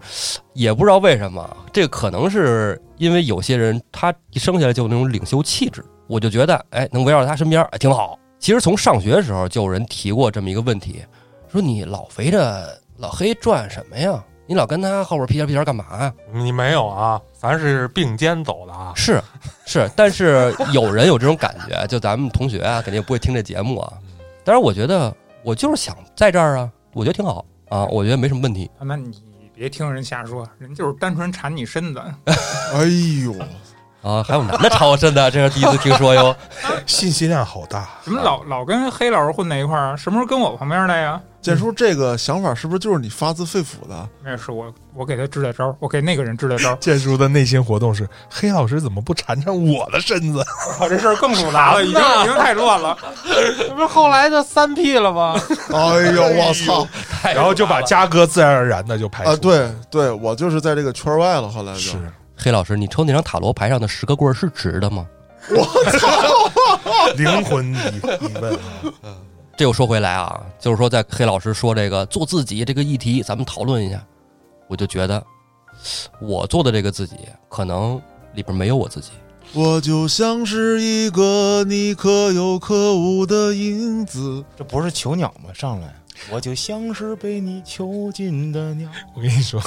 也不知道为什么，这可能是因为有些人他一生下来就有那种领袖气质，我就觉得，哎，能围绕在他身边，哎，挺好。其实从上学的时候就有人提过这么一个问题，说你老围着老黑转什么呀？你老跟他后边屁颠屁颠干嘛呀？你没有啊？咱是并肩走的啊，是是，但是有人有这种感觉，就咱们同学啊，肯定不会听这节目啊。但是我觉得我就是想在这儿啊，我觉得挺好啊，我觉得没什么问题。他妈你别听人瞎说，人就是单纯馋你身子。哎呦，啊，还有男的朝我身的，这是第一次听说哟。 信息量好大。。怎么啊老老跟黑老师混在一块儿啊？什么时候跟我旁边来呀？建叔这个想法是不是就是你发自肺腑的？那是我我给他支的招儿，我给那个人支的 招儿建叔的内心活动是：黑老师怎么不缠缠我的身子？我这事儿更复 杂了，已经已经太乱 了。 这不是后来就三 P 了吗？哎呦，我操！太然后就麻把烦了嘉哥自然而然的就排除啊，对对，我就是在这个圈外了，后来就是黑老师，你抽那张塔罗牌上的十个棍儿是直的吗？灵魂疑疑问啊。这又说回来啊，就是说在黑老师说这个做自己这个议题，咱们讨论一下，我就觉得我做的这个自己可能里边没有我自己。我就像是一个你可有可无的影子。这不是囚鸟吗？上来，我就像是被你囚禁的鸟。我跟你说，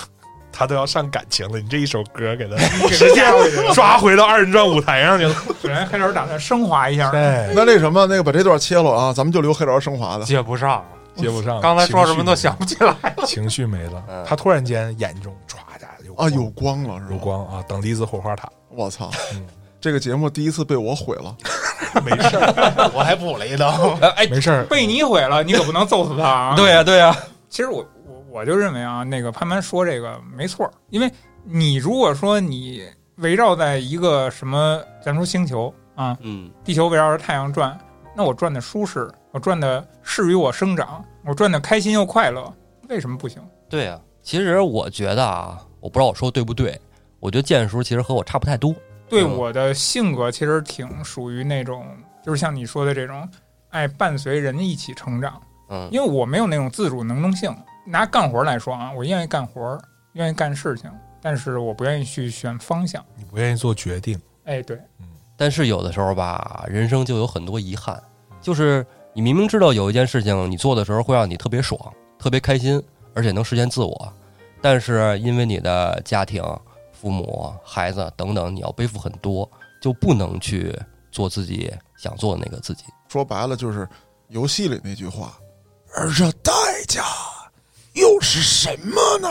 他都要上感情了，你这一首歌 给他直接过去了，抓回到二人转舞台上去了。本来黑老师打算升华一下， 对，那那什么，那个把这段切了啊，咱们就留黑老师升华 的。接不上，接不上。刚才说什么都情想不起来。绪没了，情绪没了嗯。他突然间眼中唰一下有啊，光有光了是吧？有光啊，等离子火花塔。 我操嗯！这个节目第一次被我毁了， 没事 儿，我还补了一刀。哎哎，没事儿。呃被你毁了，你可不能揍死他啊！对呀、对呀、 其实我我我就认为啊，那个潘潘说这个没错儿，因为你如果说你围绕在一个什么，咱说星球啊，嗯，地球围绕着太阳转，那我转的舒适，我转的适于我生长，我转的开心又快乐，为什么不行？对呀、其实我觉得啊，我不知道我说对不对，我觉得建叔其实和我差不太多。对嗯我的性格其实挺属于那种，就是像你说的这种，爱伴随人一起成长。嗯，因为我没有那种自主能动性。拿干活来说啊，我愿意干活，愿意干事情，但是我不愿意去选方向。你不愿意做决定，哎，对，但是有的时候吧，人生就有很多遗憾，就是你明明知道有一件事情你做的时候会让你特别爽、特别开心，而且能实现自我，但是因为你的家庭、父母、孩子等等，你要背负很多，就不能去做自己想做的那个自己。说白了就是游戏里那句话，而这代价又是什么呢？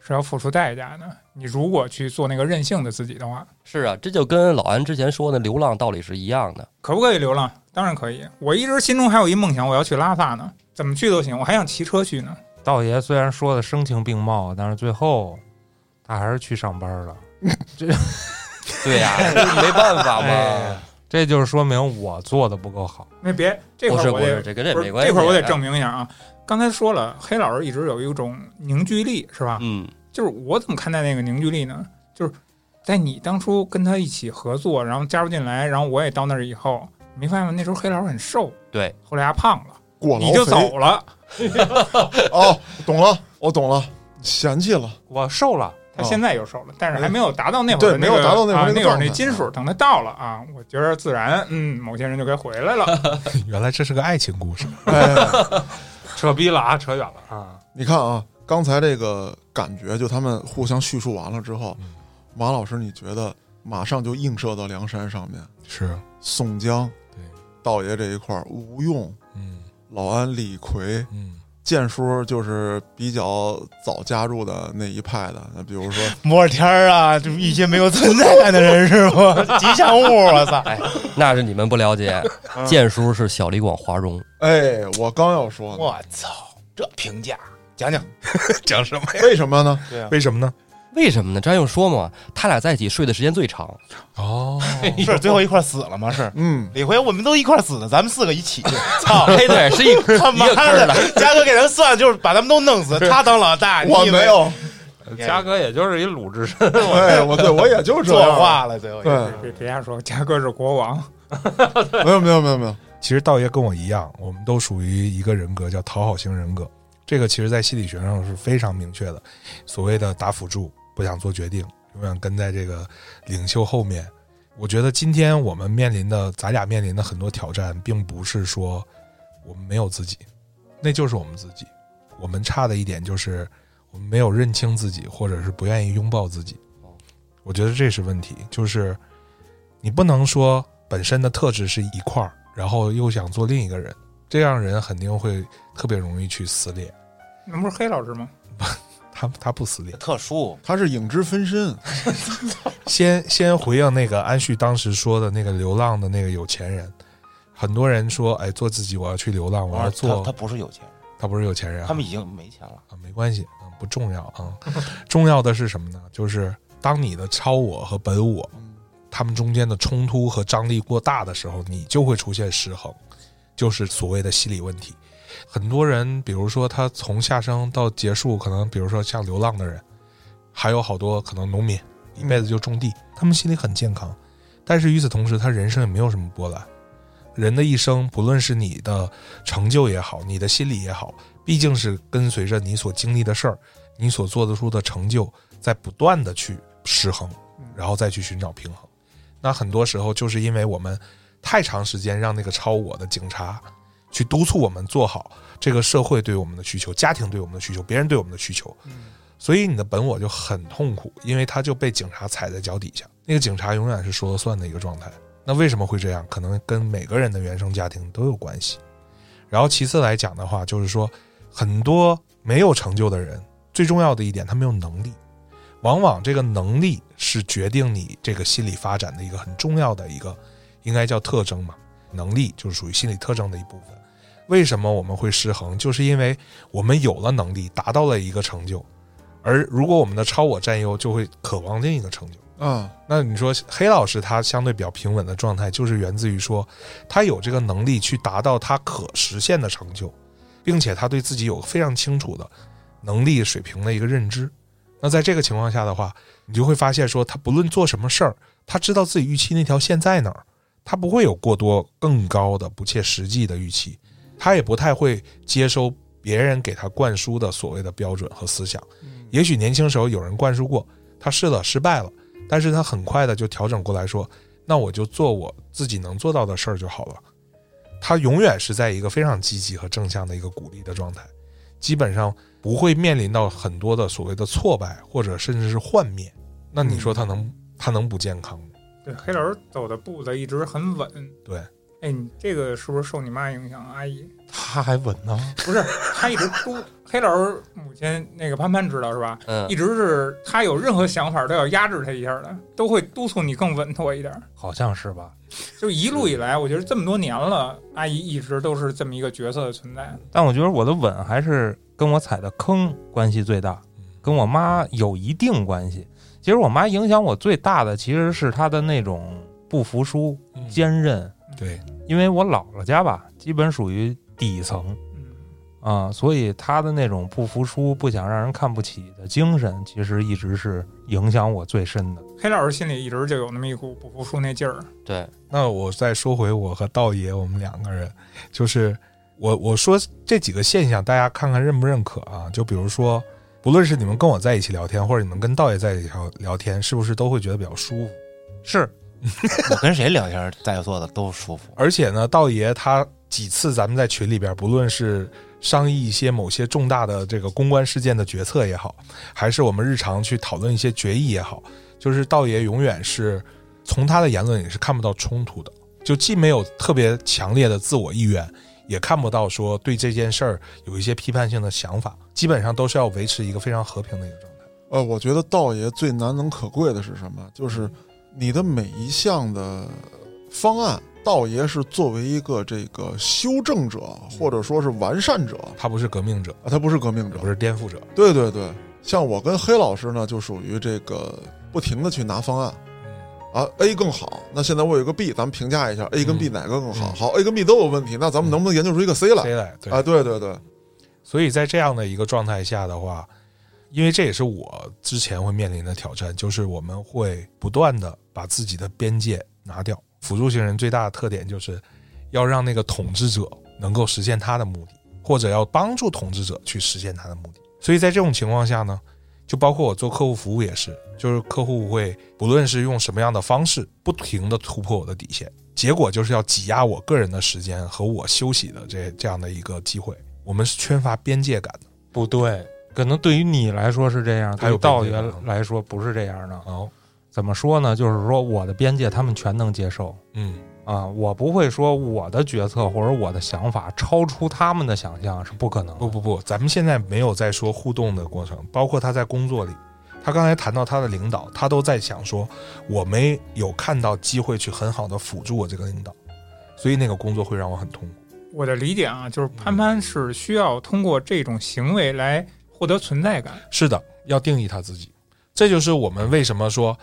是要付出代价的。你如果去做那个任性的自己的话，是啊，这就跟老安之前说的流浪道理是一样的。可不可以流浪？当然可以。我一直心中还有一梦想，我要去拉萨呢，怎么去都行，我还想骑车去呢。 道爷虽然说的声情并茂，但是最后他还是去上班了。哎对呀、没办法嘛。哎这就是说明我做的不够好。那别这不块是儿不我是，得这跟这不没是关系。啊这块儿我得证。明一下啊。刚才说了，黑老师一直有一种凝聚力，是吧？嗯就是我怎么看待那个凝聚力呢？就是在你当初跟他一起合作，然后加入进来，然后我也到那儿以后，你没发现吗？那时候黑老师很瘦，对，后来他胖了，过你就劳肥走了， 哦，懂了，我懂了，嫌弃了，我瘦了，他哦现在又瘦了，但是还没有达到那会哎对儿的那个没有达到那会儿啊那个那会儿状那态金属，等他到了啊，我觉得自然，嗯，某些人就该回 来了。原来这是个爱情故事。哎， 扯逼了啊，扯远了 啊。你看啊，刚才这个感觉，就他们互相叙述完了之后，马老师，你觉得马上就映射到梁山上面，是，宋江、对道爷这一块儿，吴用、嗯老安、李逵、嗯，建叔，就是比较早加入的那一派的，那比如说摩尔天儿啊，就一些没有存在感的人是吗？吉祥物，我操！哎，那是你们不了 解，建叔是小李广华容。哎，我刚要说呢，我操，这评价，讲讲。讲什么呀？为什么呢？对啊，为什么呢？为什么呢？这还用说吗？他俩在一起睡的时间最长。哦，哎是最后一块儿死了吗？是。嗯，李逵，我们都一块儿死的，咱们四个一起。操！哎， 对，是一 一他妈个坑儿的的。，嘉哥给咱算的就是把咱们都弄死，他当老大，你以我为没有，嘉哥也就是一鲁智深，哎，我对我也就这作样，啊画了，最后一个。对，别别瞎说， 嘉哥是国王，没有没有没有没有，其实道爷跟我一样，我们都属于一个人格叫讨好型人格。这个其实，在心理学上是非常明确的，所谓的打辅助，不想做决定，永远跟在这个领袖后面。我觉得今天我们面临的，咱俩面临的很多挑战，并不是说我们没有自己，那就是我们自己。我们差的一点就是我们没有认清自己，或者是不愿意拥抱自己哦。我觉得这是问题，就是你不能说本身的特质是一块儿，然后又想做另一个人，这样人肯定会特别容易去撕裂。那不是黑老师吗？他他不撕裂，特殊，他是影之分身，先先回应那个安旭当时说的那个流浪的那个有钱人，很多人说，哎，做自己，我要去流浪，我要做。哦他他不是有钱人，他不是有钱人啊，他们已经没钱了。啊，没关系，嗯，不重要啊。重要的是什么呢？就是当你的超我和本我，他们中间的冲突和张力过大的时候，你就会出现失衡，就是所谓的心理问题。很多人，比如说他从下生到结束，可能比如说像流浪的人，还有好多可能农民一辈子就种地，他们心里很健康，但是与此同时，他人生也没有什么波澜。人的一生，不论是你的成就也好，你的心理也好，毕竟是跟随着你所经历的事儿，你所做得出的成就，在不断的去失衡，然后再去寻找平衡。那很多时候就是因为我们太长时间让那个超我的警察去督促我们做好这个社会对我们的需求、家庭对我们的需求、别人对我们的需求，所以你的本我就很痛苦，因为他就被警察踩在脚底下。那个警察永远是说了算的一个状态。那为什么会这样？可能跟每个人的原生家庭都有关系。然后其次来讲的话，就是说很多没有成就的人，最重要的一点，他没有能力。往往这个能力是决定你这个心理发展的一个很重要的一个应该叫特征嘛，能力就是属于心理特征的一部分。为什么我们会失衡？就是因为我们有了能力，达到了一个成就，而如果我们的超我占优，就会渴望另一个成就。啊，那你说黑老师他相对比较平稳的状态，就是源自于说他有这个能力去达到他可实现的成就，并且他对自己有非常清楚的能力水平的一个认知。那在这个情况下的话，你就会发现说他不论做什么事儿，他知道自己预期那条线在哪儿，他不会有过多更高的不切实际的预期，他也不太会接收别人给他灌输的所谓的标准和思想。也许年轻时候有人灌输过，他试了失败了。但是他很快的就调整过来说，那我就做我自己能做到的事儿就好了。他永远是在一个非常积极和正向的一个鼓励的状态，基本上不会面临到很多的所谓的挫败或者甚至是幻灭。那你说他能、他能不健康吗？对，黑老师走的步子一直很稳。对，哎，你这个是不是受你妈影响啊，阿姨？他还稳呢，不是，她一直都黑老师母亲那个潘潘知道是吧？嗯一，直是她有任何想法都要压制她一下的，都会督促你更稳妥一点。好像是吧？就一路以来，我觉得这么多年了，阿姨一直都是这么一个角色的存在。但我觉得我的稳还是跟我踩的坑关系最大，嗯跟我妈有一定关系。其实我妈影响我最大的其实是她的那种不服输、嗯坚韧，对，因为我姥姥家吧，基本属于底层嗯，啊，所以她的那种不服输、不想让人看不起的精神，其实一直是影响我最深的。黑老师心里一直就有那么一股不服输那劲儿。对，那我再说回我和道爷，我们两个人，就是我我说这几个现象，大家看看认不认可啊？就比如说，不论是你们跟我在一起聊天，或者你们跟道爷在一起聊聊天，是不是都会觉得比较舒服？是我跟谁聊天，在座的都舒服。而且呢，道爷他几次咱们在群里边，不论是商议一些某些重大的这个公关事件的决策也好，还是我们日常去讨论一些决议也好，就是道爷永远是从他的言论里是看不到冲突的，就既没有特别强烈的自我意愿，也看不到说对这件事儿有一些批判性的想法，基本上都是要维持一个非常和平的一个状态。呃，我觉得道爷最难能可贵的是什么？就是你的每一项的方案，道爷是作为一个这个修正者或者说是完善者他不是革命者，啊，他不是革命者也。不是颠覆者，对对对，像我跟黑老师呢，就属于这个不停的去拿方案啊，A 更好。那现在我有一个 B，咱们评价一下 A 跟 B 哪个更好？嗯好，A 跟 B 都有问题，那咱们能不能研究出一个 C 来？谁来？对啊，对对对，所以在这样的一个状态下的话，因为这也是我之前会面临的挑战，就是我们会不断的把自己的边界拿掉。辅助型人最大的特点就是要让那个统治者能够实现他的目的，或者要帮助统治者去实现他的目的。所以在这种情况下呢，就包括我做客户服务也是，就是客户会不论是用什么样的方式，不停的突破我的底线，结果就是要挤压我个人的时间和我休息的这这样的一个机会。我们是缺乏边界感的。不对，可能对于你来说是这样，还有对于道边界爷感来说不是这样的。哦，怎么说呢？就是说我的边界他们全能接受。嗯，啊，我不会说我的决策或者我的想法超出他们的想象是不可能的。不不不，咱们现在没有在说互动的过程，包括他在工作里，他刚才谈到他的领导，他都在想说，我没有看到机会去很好的辅助我这个领导，所以那个工作会让我很痛苦。我的理解啊，就是潘嗯潘是需要通过这种行为来获得存在感。是的，要定义他自己，这就是我们为什么说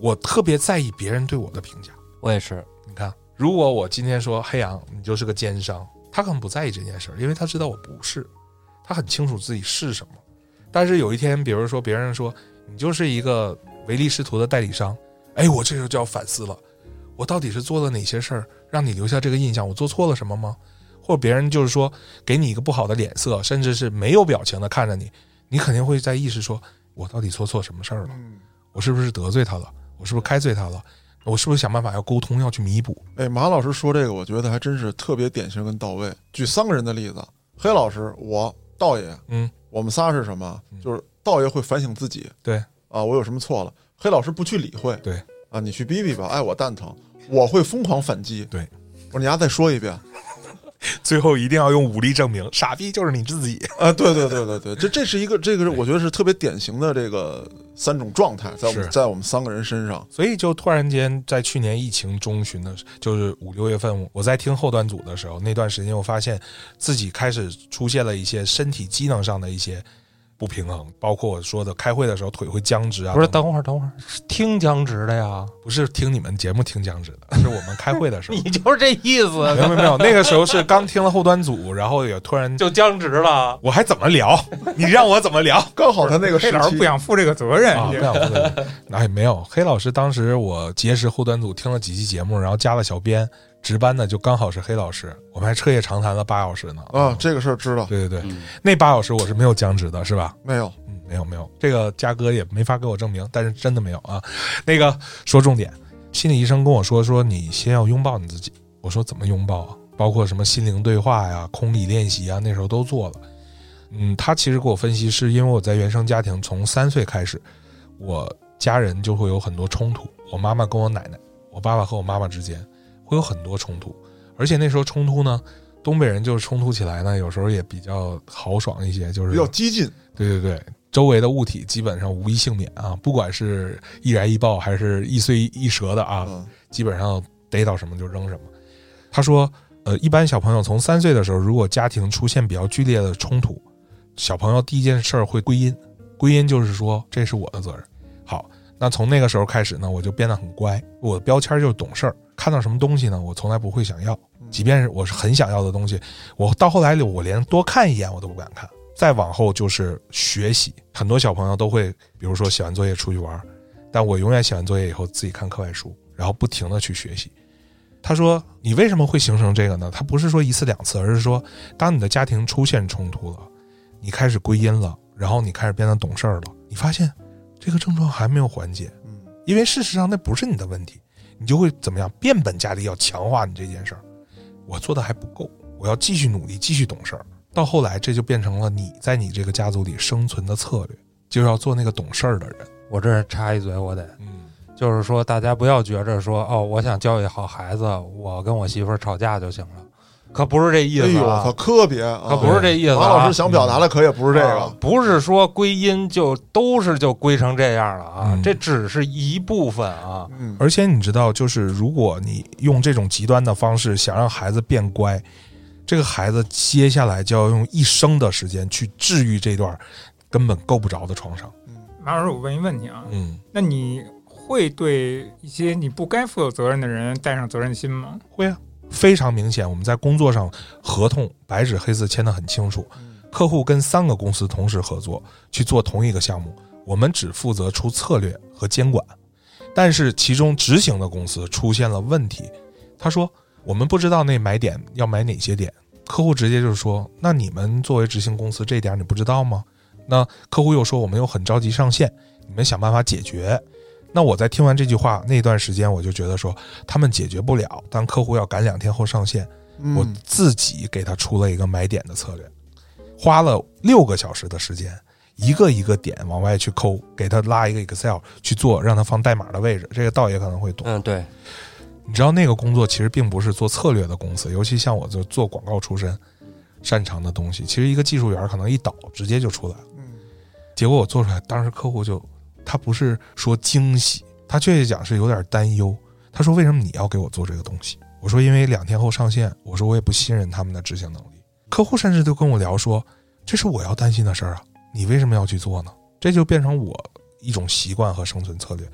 我特别在意别人对我的评价。我也是，你看，如果我今天说黑羊，你就是个奸商，他可能不在意这件事儿，因为他知道我不是，他很清楚自己是什么。但是有一天，比如说别人说你就是一个唯利是图的代理商，哎，我这时候就要反思了，我到底是做了哪些事儿让你留下这个印象？我做错了什么吗？或者别人就是说给你一个不好的脸色，甚至是没有表情的看着你，你肯定会在意识说，我到底做错什么事儿了？嗯，我是不是得罪他了？我是不是开罪他了？我是不是想办法要沟通，要去弥补？哎，马老师说这个，我觉得还真是特别典型跟到位。举三个人的例子，黑老师、我、道爷，嗯，我们仨是什么？就是道爷会反省自己，对啊，我有什么错了？黑老师不去理会，对啊，你去逼逼吧，哎，我蛋疼，我会疯狂反击，对，我说你丫再说一遍，最后一定要用武力证明，傻逼就是你自己。 啊， 对对对对对，这这是一个这个是我觉得是特别典型的这个三种状态，在我是们在我们三个人身上，所以就突然间，在去年疫情中旬的时，就是五六月份，我在听后端组的时候，那段时间我发现自己开始出现了一些身体机能上的一些不平衡，包括我说的开会的时候腿会僵直啊。不是，等等等会儿，等会儿，是听僵直的 呀，不是听你们节目听僵直 的，是我们开会的时候。就是这意思没有没有没有，那个时候是刚听了后端组，然后也突然就僵直了。我还怎么聊？你让我怎么聊？刚好他那个黑时老师期不想负这个责任，啊，不想说这个哎，没有，黑老师当时我结识后端组听了几期节目，然后加了小编，值班的就刚好是黑老师，我们还彻夜长谈了八小时呢。啊，这个事儿知道对对对，嗯那八小时我是没有僵直的，是吧？没有？嗯，没有没有，这个嘉哥也没法给我证明，但是真的没有啊。那个说重点，心理医生跟我说说你先要拥抱你自己，我说怎么拥抱啊？包括什么心灵对话呀、空理练习啊，那时候都做了。嗯，他其实给我分析，是因为我在原生家庭从三岁开始，我家人就会有很多冲突，我妈妈跟我奶奶，我爸爸和我妈妈之间会有很多冲突，而且那时候冲突呢，东北人就是冲突起来呢，有时候也比较豪爽一些，就是比较激进，对对对，周围的物体基本上无一幸免啊，不管是易燃易爆还是易碎易折的啊，嗯基本上逮到什么就扔什么。他说，呃，一般小朋友从三岁的时候，如果家庭出现比较剧烈的冲突，小朋友第一件事儿会归因，归因就是说这是我的责任。好，那从那个时候开始呢，我就变得很乖，我的标签就是懂事儿，看到什么东西呢，我从来不会想要，即便是我是很想要的东西，我到后来我连多看一眼我都不敢看。再往后就是学习，很多小朋友都会，比如说写完作业出去玩儿，但我永远写完作业以后自己看课外书，然后不停的去学习。他说：“你为什么会形成这个呢？他不是说一次两次，而是说，当你的家庭出现冲突了，你开始归因了，然后你开始变得懂事儿了，你发现这个症状还没有缓解，嗯因为事实上那不是你的问题，你就会怎么样变本加厉要强化你这件事儿。我做的还不够，我要继续努力，继续懂事儿。到后来，这就变成了你在你这个家族里生存的策略，就要做那个懂事儿的人。我这儿插一嘴，我得嗯，就是说，大家不要觉着说哦，我想教育好孩子，我跟我媳妇儿吵架就行了，可不是这意哎思呦，啊、他可别啊，可不是这意思、啊。马老师想表达的可也不是这啊个，不是说归因就都是就归成这样了啊，嗯这只是一部分啊。嗯，而且你知道，就是如果你用这种极端的方式想让孩子变乖，这个孩子接下来就要用一生的时间去治愈这段根本够不着的创伤。马老师，我问一问你啊，嗯，那你会对一些你不该负有责任的人带上责任心吗？会啊，非常明显。我们在工作上合同白纸黑字签得很清楚，客户跟三个公司同时合作去做同一个项目，我们只负责出策略和监管。但是其中执行的公司出现了问题，他说我们不知道那买点要买哪些点，客户直接就是说，那你们作为执行公司这一点你不知道吗？那客户又说我们又很着急上线，你们想办法解决。那我在听完这句话那段时间，我就觉得说他们解决不了，但客户要赶两天后上线，嗯我自己给他出了一个买点的策略，花了六个小时的时间，一个一个点往外去抠，给他拉一个 Excel 去做，让他放代码的位置。这个道爷可能会懂。嗯，对，你知道那个工作其实并不是做策略的公司，尤其像我就做广告出身，擅长的东西，其实一个技术员可能一导直接就出来了。嗯结果我做出来，当时客户就他不是说惊喜，他确切讲是有点担忧。他说：“为什么你要给我做这个东西？”我说：“因为两天后上线，我说我也不信任他们的执行能力。”客户甚至都跟我聊说：“这是我要担心的事儿啊，你为什么要去做呢？”这就变成我一种习惯和生存策略，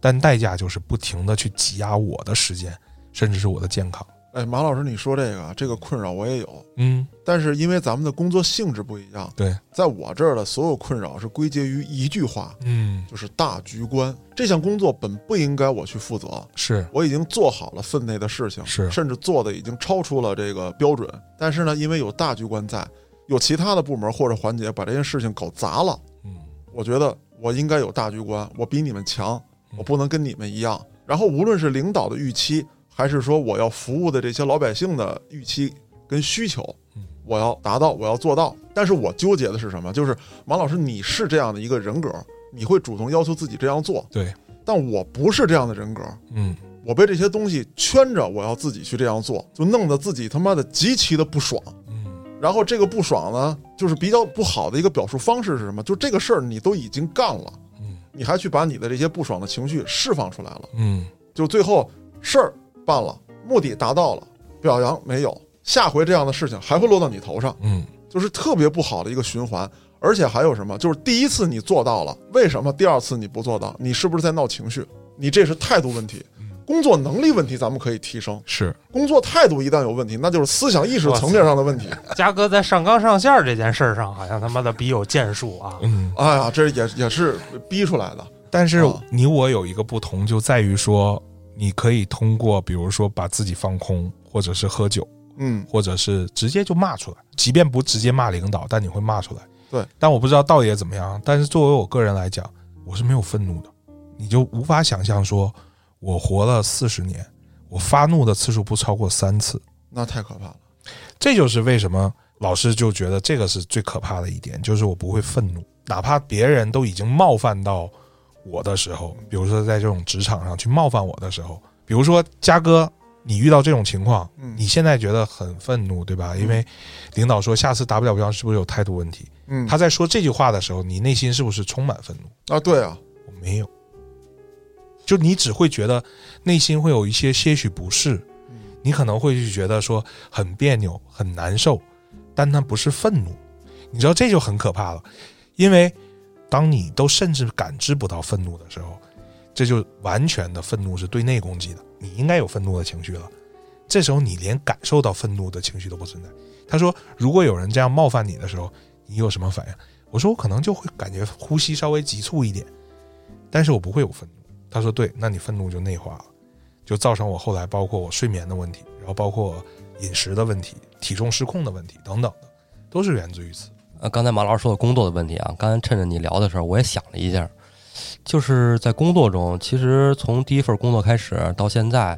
但代价就是不停的去挤压我的时间，甚至是我的健康。哎，马老师，你说这个啊这个困扰我也有，嗯，但是因为咱们的工作性质不一样，对，在我这儿的所有困扰是归结于一句话，嗯，就是大局观。这项工作本不应该我去负责，是我已经做好了分内的事情，是甚至做的已经超出了这个标准。但是呢，因为有大局观在，有其他的部门或者环节把这件事情搞砸了，嗯，我觉得我应该有大局观，我比你们强，嗯我不能跟你们一样。然后无论是领导的预期，还是说我要服务的这些老百姓的预期跟需求嗯，我要达到，我要做到。但是我纠结的是什么？就是马老师，你是这样的一个人格，你会主动要求自己这样做，对，但我不是这样的人格，嗯，我被这些东西圈着，我要自己去这样做，就弄得自己他妈的极其的不爽。嗯然后这个不爽呢，就是比较不好的一个表述方式是什么？就这个事儿你都已经干了，嗯你还去把你的这些不爽的情绪释放出来了，嗯就最后事儿办了，目的达到了，表扬没有，下回这样的事情还会落到你头上，嗯就是特别不好的一个循环。而且还有什么？就是第一次你做到了，为什么第二次你不做到？你是不是在闹情绪？你这是态度问题，嗯工作能力问题咱们可以提升，是工作态度一旦有问题，那就是思想意识层面上的问 题。嘉哥在上纲上线儿这件事儿上，好像他妈的比有建树 啊。嗯。哎呀，这也也是逼出来的。但是啊你我有一个不同，就在于说，你可以通过比如说把自己放空，或者是喝酒，嗯，或者是直接就骂出来，即便不直接骂领导，但你会骂出来。对，但我不知道道爷怎么样，但是作为我个人来讲，我是没有愤怒的，你就无法想象说，我活了四十年，我发怒的次数不超过三次，那太可怕了。这就是为什么老师就觉得这个是最可怕的一点，就是我不会愤怒，哪怕别人都已经冒犯到我的时候，比如说在这种职场上去冒犯我的时候，比如说嘉哥，你遇到这种情况，嗯，你现在觉得很愤怒，对吧？因为领导说下次达不了标，是不是有态度问题？嗯，他在说这句话的时候，你内心是不是充满愤怒？啊，对啊，我没有，就你只会觉得内心会有一些些许不适，你可能会去觉得说很别扭、很难受，但那不是愤怒，你知道这就很可怕了，因为当你都甚至感知不到愤怒的时候，这就完全的愤怒是对内攻击的，你应该有愤怒的情绪了，这时候你连感受到愤怒的情绪都不存在。他说，如果有人这样冒犯你的时候，你有什么反应？我说我可能就会感觉呼吸稍微急促一点，但是我不会有愤怒。他说对，那你愤怒就内化了，就造成我后来包括我睡眠的问题，然后包括我饮食的问题、体重失控的问题等等的，都是源自于此。呃，刚才马老师说的工作的问题啊，刚才趁着你聊的时候，我也想了一下，就是在工作中，其实从第一份工作开始到现在，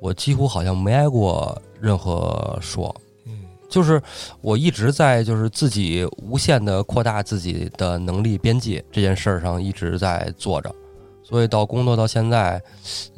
我几乎好像没挨过任何说，嗯就是我一直在就是自己无限的扩大自己的能力边界这件事儿上一直在做着，所以到工作到现在，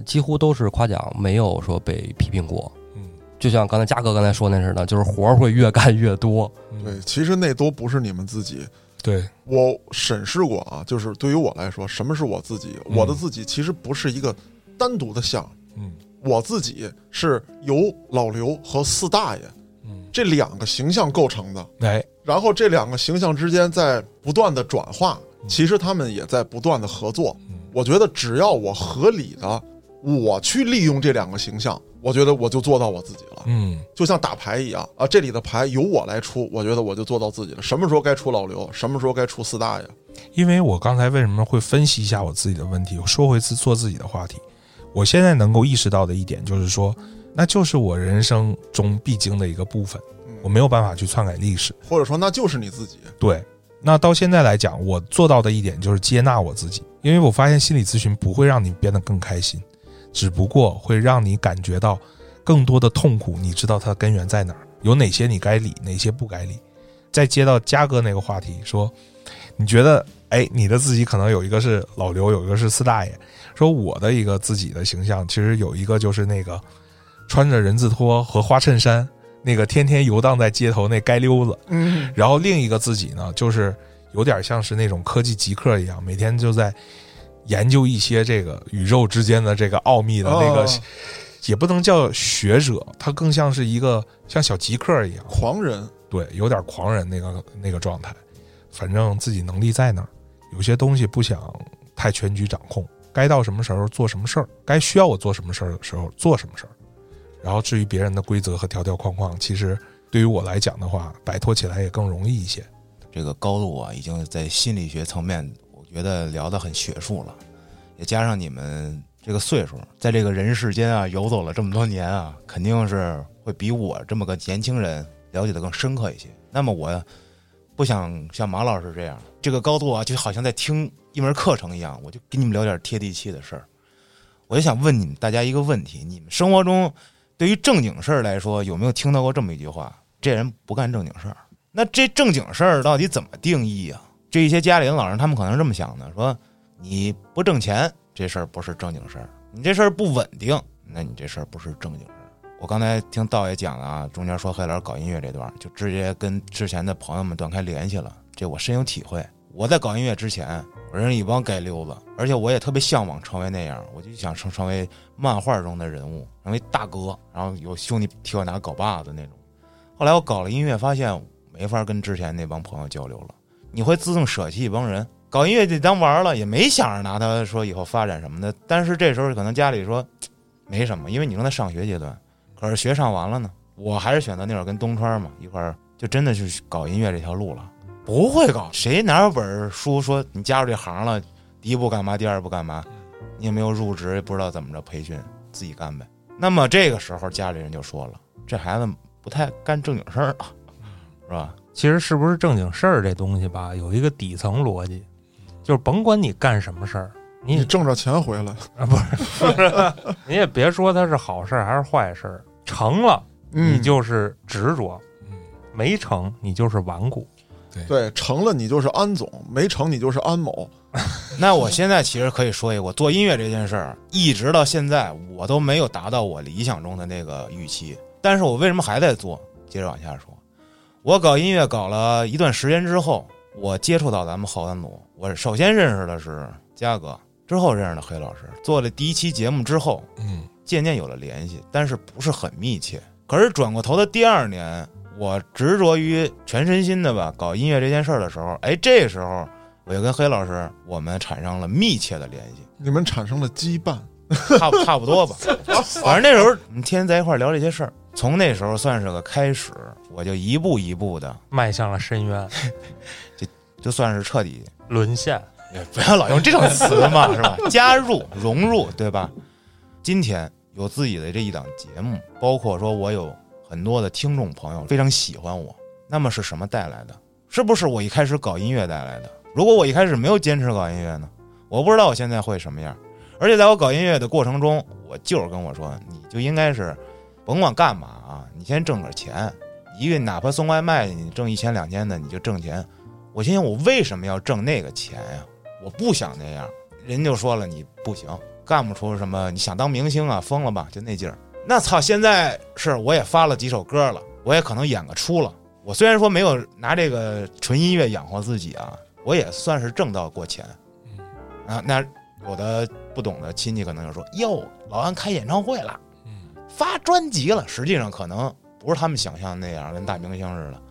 几乎都是夸奖，没有说被批评过。嗯，就像刚才嘉哥刚才说那似的，就是活儿会越干越多。对，其实那都不是你们自己。对，我审视过啊，就是对于我来说，什么是我自己？嗯我的自己其实不是一个单独的项，嗯我自己是由老刘和四大爷嗯，这两个形象构成的。哎，然后这两个形象之间在不断的转化，其实他们也在不断的合作。嗯我觉得只要我合理的我去利用这两个形象，我觉得我就做到我自己了。嗯就像打牌一样啊，这里的牌由我来出，我觉得我就做到自己了。什么时候该出老刘，什么时候该出四大爷？因为我刚才为什么会分析一下我自己的问题，我说回自做自己的话题，我现在能够意识到的一点就是说，那就是我人生中必经的一个部分，我没有办法去篡改历史。或者说那就是你自己。对，那到现在来讲，我做到的一点就是接纳我自己，因为我发现心理咨询不会让你变得更开心，只不过会让你感觉到更多的痛苦，你知道它的根源在哪儿，有哪些你该理，哪些不该理。再接到嘉哥那个话题，说你觉得，哎，你的自己可能有一个是老刘，有一个是四大爷。说我的一个自己的形象，其实有一个就是那个穿着人字拖和花衬衫，那个天天游荡在街头那街溜子。嗯，然后另一个自己呢，就是有点像是那种科技极客一样，每天就在研究一些这个宇宙之间的这个奥秘的那个，哦也不能叫学者，他更像是一个像小极客一样，狂人，对，有点狂人那个那个状态。反正自己能力在那儿，有些东西不想太全局掌控，该到什么时候做什么事儿，该需要我做什么事儿的时候做什么事儿。然后至于别人的规则和条条框框，其实对于我来讲的话，摆脱起来也更容易一些。这个高度啊，已经在心理学层面，我觉得聊得很学术了，也加上你们这个岁数，在这个人世间啊游走了这么多年啊，肯定是会比我这么个年轻人了解的更深刻一些。那么我不想像马老师这样，这个高度啊，就好像在听一门课程一样，我就跟你们聊点贴地气的事儿。我就想问你们大家一个问题：你们生活中对于正经事儿来说，有没有听到过这么一句话？这人不干正经事儿。那这正经事儿到底怎么定义啊？这一些家里的老人，他们可能是这么想的：说你不挣钱，这事儿不是正经事儿，你这事儿不稳定，那你这事儿不是正经事儿。我刚才听道爷讲了啊，中间说黑老搞音乐这段儿，就直接跟之前的朋友们断开联系了，这我深有体会。我在搞音乐之前，我认识一帮街溜子，而且我也特别向往成为那样，我就想成成为漫画中的人物，成为大哥，然后有兄弟替我拿镐把子那种。后来我搞了音乐，发现没法跟之前那帮朋友交流了，你会自动舍弃一帮人。搞音乐得当玩儿了，也没想着拿它说以后发展什么的。但是这时候可能家里说嘖没什么，因为你正在上学阶段。可是学上完了呢，我还是选择那会儿跟东川嘛一块儿，就真的去搞音乐这条路了。不会搞，谁哪有本书说你加入这行了，第一步干嘛，第二步干嘛？你也没有入职，也不知道怎么着培训，自己干呗。那么这个时候家里人就说了，这孩子不太干正经事儿啊，是吧？其实是不是正经事儿这东西吧，有一个底层逻辑，就是甭管你干什么事儿，你你 挣着钱回来，你也别说它是好事儿还是坏事儿，成了你嗯，就是执着，嗯没成你就是顽固。对，成了你就是安总，没成你就是安某， 那我现在其实可以说一个，我做音乐这件事儿，一直到现在我都没有达到我理想中的那个预期。但是我为什么还在做？接着往下说，我搞音乐搞了一段时间之后，我接触到咱们后三组，我首先认识的是嘉哥，之后认识的黑老师。做了第一期节目之后，嗯，渐渐有了联系，但是不是很密切。可是转过头的第二年，我执着于全身心的吧搞音乐这件事儿的时候，哎，这时候我就跟黑老师我们产生了密切的联系，你们产生了羁绊。差不差不多吧。反正那时候我们天天在一块儿聊这些事儿，从那时候算是个开始，我就一步一步的，迈向了深渊，就算是彻底沦陷。也 不要老用这种词嘛，是吧？加入、融入，对吧？今天有自己的这一档节目，包括说我有很多的听众朋友非常喜欢我，那么是什么带来的？是不是我一开始搞音乐带来的？如果我一开始没有坚持搞音乐呢？我不知道我现在会什么样。而且在我搞音乐的过程中，我舅儿跟我说，你就应该是甭管干嘛啊，你先挣点钱，一个哪怕送外卖，你挣一千两千的，你就挣钱。我心想，我为什么要挣那个钱呀、我不想那样。人就说了，你不行，干不出什么。你想当明星啊，疯了吧？就那劲儿。那操，现在是我也发了几首歌了，我也可能演个出了。我虽然说没有拿这个纯音乐养活自己啊，我也算是挣到过钱。啊，那有的不懂的亲戚可能就说：“哟，老安开演唱会了，发专辑了。”实际上可能不是他们想象那样，跟大明星似的。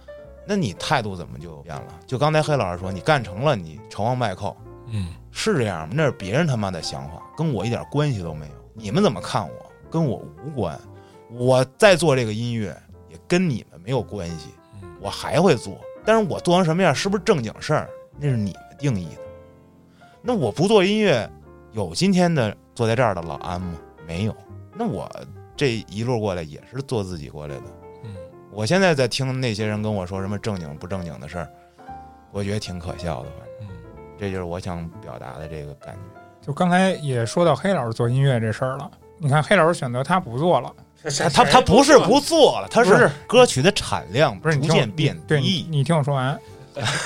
那你态度怎么就变了？就刚才黑老师说，你干成了，你崇洋媚寇，嗯，是这样吗？那是别人他妈的想法，跟我一点关系都没有。你们怎么看我，跟我无关。我在做这个音乐，也跟你们没有关系。我还会做，但是我做成什么样，是不是正经事儿，那是你们定义的。那我不做音乐，有今天的坐在这儿的老安吗？没有。那我这一路过来也是做自己过来的。嗯，我现在在听那些人跟我说什么正经不正经的事儿，我觉得挺可笑的。反正，嗯这就是我想表达的这个感觉。就刚才也说到黑老师做音乐这事儿了，你看黑老师选择他不做了，他他他不是不做了，他不是是歌曲的产量不是逐你听我渐变对低你，。你听我说完，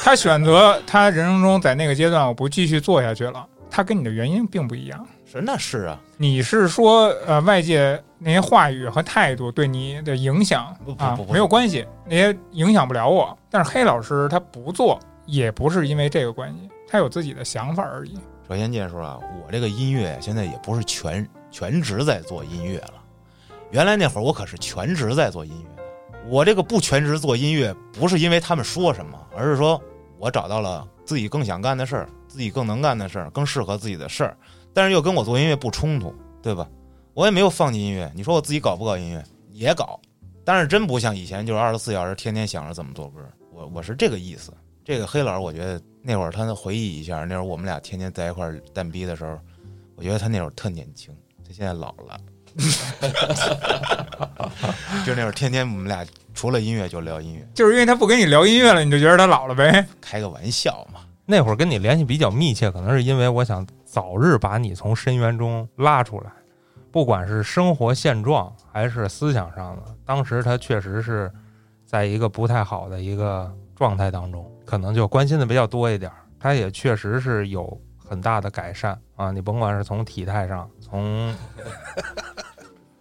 他选择他人生中在那个阶段我不继续做下去了，他跟你的原因并不一样。是那是啊，你是说呃外界那些话语和态度对你的影响不不啊不不没有关系，那些影响不了我。但是黑老师他不做，也不是因为这个关系，他有自己的想法而已。首先介绍啊，我这个音乐现在也不是全全职在做音乐了，原来那会儿我可是全职在做音乐的。我这个不全职做音乐，不是因为他们说什么，而是说我找到了自己更想干的事儿，自己更能干的事儿，更适合自己的事儿，但是又跟我做音乐不冲突，对吧？我也没有放弃音乐。你说我自己搞不搞音乐？也搞，但是真不像以前就是二十四小时天天想着怎么做歌。我我是这个意思。这个黑老师，我觉得那会儿他回忆一下，那会儿我们俩天天在一块儿蛋逼的时候，我觉得他那会儿特年轻，他现在老了。 就那会儿天天我们俩除了音乐就聊音乐，就是因为他不跟你聊音乐了，你就觉得他老了呗？ 开个玩笑嘛。那会儿跟你联系比较密切，可能是因为我想早日把你从深渊中拉出来，不管是生活现状还是思想上的。当时他确实是在一个不太好的一个状态当中，可能就关心的比较多一点儿。他也确实是有很大的改善啊！你甭管是从体态上，从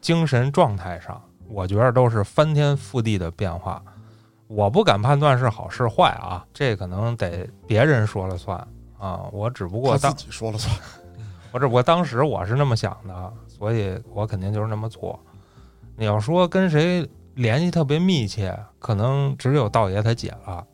精神状态上，我觉得都是翻天覆地的变化。我不敢判断是好是坏啊，这可能得别人说了算啊。我只不过他当自己说了算。 我只不过当时我是那么想的，啊所以我肯定就是那么做。你要说跟谁联系特别密切，可能只有道爷他姐了。啊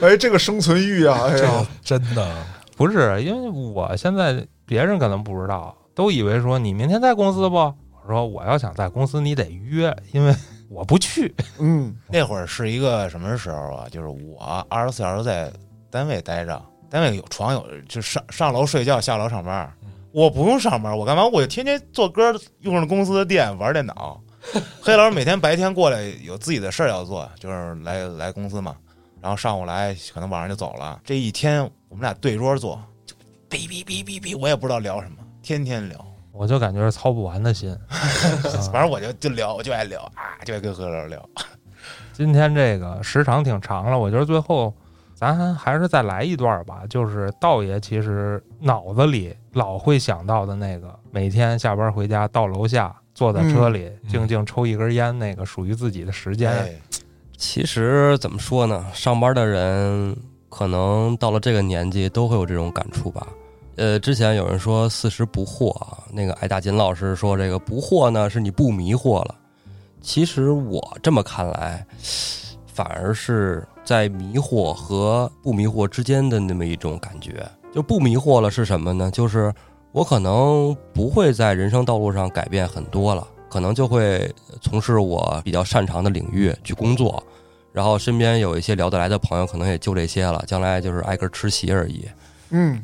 哎，这个生存欲啊，哎 呀，真的，不是，因为我现在别人可能不知道，都以为说你明天在公司不？我说我要想在公司，你得约，因为我不去。 嗯，那会儿是一个什么时候啊？就是我二十四小时在单位待着，单位有床有，就上上楼睡觉，下楼上班。我不用上班，我干嘛？我就天天做歌，用着公司的电玩电脑。黑老师每天白天过来有自己的事儿要做，就是来来公司嘛，然后上午来，可能晚上就走了。这一天我们俩对桌坐，就哔哔哔哔哔，我也不知道聊什么，天天聊。我就感觉是操不完的心。 反正我就就聊，我就爱聊啊，就爱跟黑老师聊。今天这个时长挺长了，我觉得最后咱还是再来一段吧。就是道爷其实脑子里老会想到的那个，每天下班回家到楼下坐在车里、嗯静静抽一根烟，那个属于自己的时间。哎其实怎么说呢，上班的人可能到了这个年纪都会有这种感触吧。呃，之前有人说四十不惑啊，那个艾大金老师说这个不惑呢是你不迷惑了。其实我这么看来，反而是在迷惑和不迷惑之间的那么一种感觉。就不迷惑了是什么呢？就是我可能不会在人生道路上改变很多了，可能就会从事我比较擅长的领域去工作，然后身边有一些聊得来的朋友，可能也就这些了，将来就是挨个吃席而已。嗯，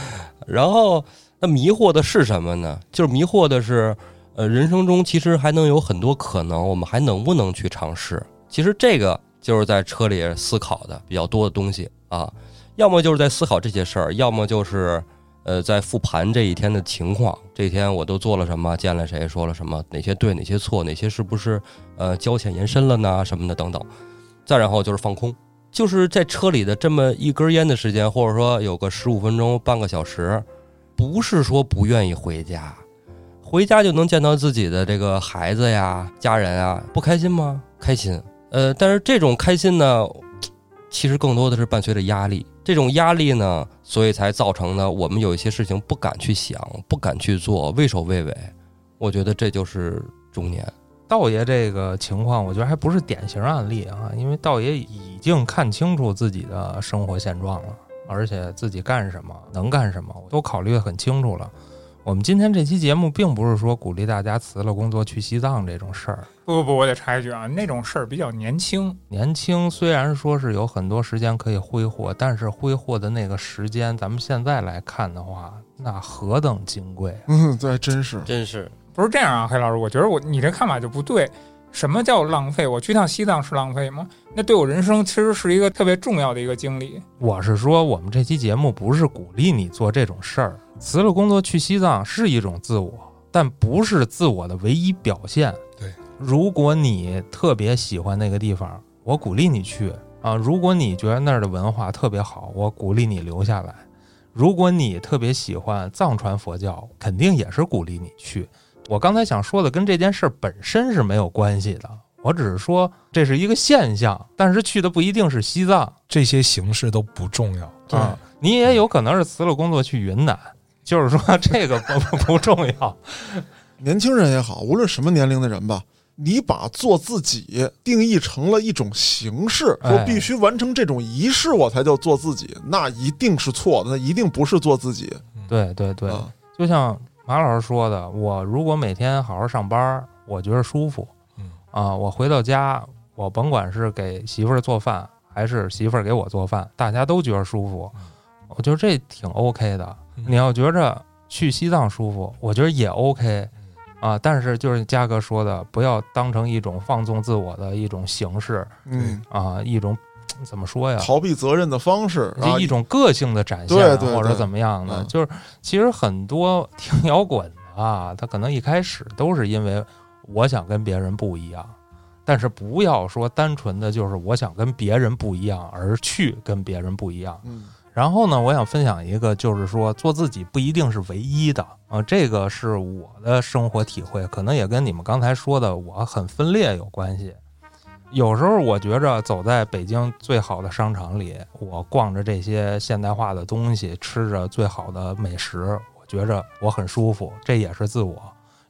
然后那迷惑的是什么呢？就是迷惑的是，呃，人生中其实还能有很多可能，我们还能不能去尝试？其实这个就是在车里思考的比较多的东西啊，要么就是在思考这些事儿，要么就是。呃，在复盘这一天的情况，这一天我都做了什么，见了谁，说了什么，哪些对，哪些错，哪些是不是呃交浅延伸了呢，什么的等等。再然后就是放空，就是在车里的这么一根烟的时间，或者说有个十五分钟、半个小时，不是说不愿意回家，回家就能见到自己的这个孩子呀、家人啊，不开心吗？开心。呃，但是这种开心呢，其实更多的是伴随着压力。这种压力呢，所以才造成呢，我们有一些事情不敢去想，不敢去做，畏首畏尾。我觉得这就是中年。道爷这个情况，我觉得还不是典型案例啊，因为道爷已经看清楚自己的生活现状了，而且自己干什么能干什么，我都考虑得很清楚了。我们今天这期节目并不是说鼓励大家辞了工作去西藏这种事儿。不不不，我得插一句啊，那种事儿比较年轻，年轻虽然说是有很多时间可以挥霍，但是挥霍的那个时间，咱们现在来看的话，那何等金贵啊！嗯，对，真是，真是不是这样啊，黑老师，我觉得我你这看法就不对。什么叫浪费？我去趟西藏是浪费吗？那对我人生其实是一个特别重要的一个经历。我是说，我们这期节目不是鼓励你做这种事儿，辞了工作去西藏是一种自我，但不是自我的唯一表现。对，如果你特别喜欢那个地方，我鼓励你去啊；如果你觉得那儿的文化特别好，我鼓励你留下来；如果你特别喜欢藏传佛教，肯定也是鼓励你去。我刚才想说的跟这件事儿本身是没有关系的，我只是说这是一个现象，但是去的不一定是西藏。这些形式都不重要。啊，你也有可能是辞了工作去云南， 就是 说这个不不重要。年轻人也好，无论什么年龄的人吧，你把做自己定义成了一种形式，哎说必须完成这种仪式我才叫做自己，那一定是错的，那一定不是做自己。对对对，嗯啊，就像马老师说的，我如果每天好好上班，我觉得舒服嗯，啊，我回到家，我甭管是给媳妇儿做饭，还是媳妇儿给我做饭，大家都觉得舒服，我觉得这挺 OK 的。嗯你要觉着去西藏舒服，我觉得也 OK。啊，嗯但是就是嘉哥说的，不要当成一种放纵自我的一种形式嗯，啊，一种怎么说呀？逃避责任的方式，然就后一种个性的展现，啊啊对对对或者怎么样的，嗯就是其实很多听摇滚的啊，他可能一开始都是因为我想跟别人不一样，但是不要说单纯的就是我想跟别人不一样而去跟别人不一样，嗯，然后呢，我想分享一个，就是说做自己不一定是唯一的啊，这个是我的生活体会，可能也跟你们刚才说的我很分裂有关系。有时候我觉着走在北京最好的商场里，我逛着这些现代化的东西，吃着最好的美食，我觉着我很舒服，这也是自我。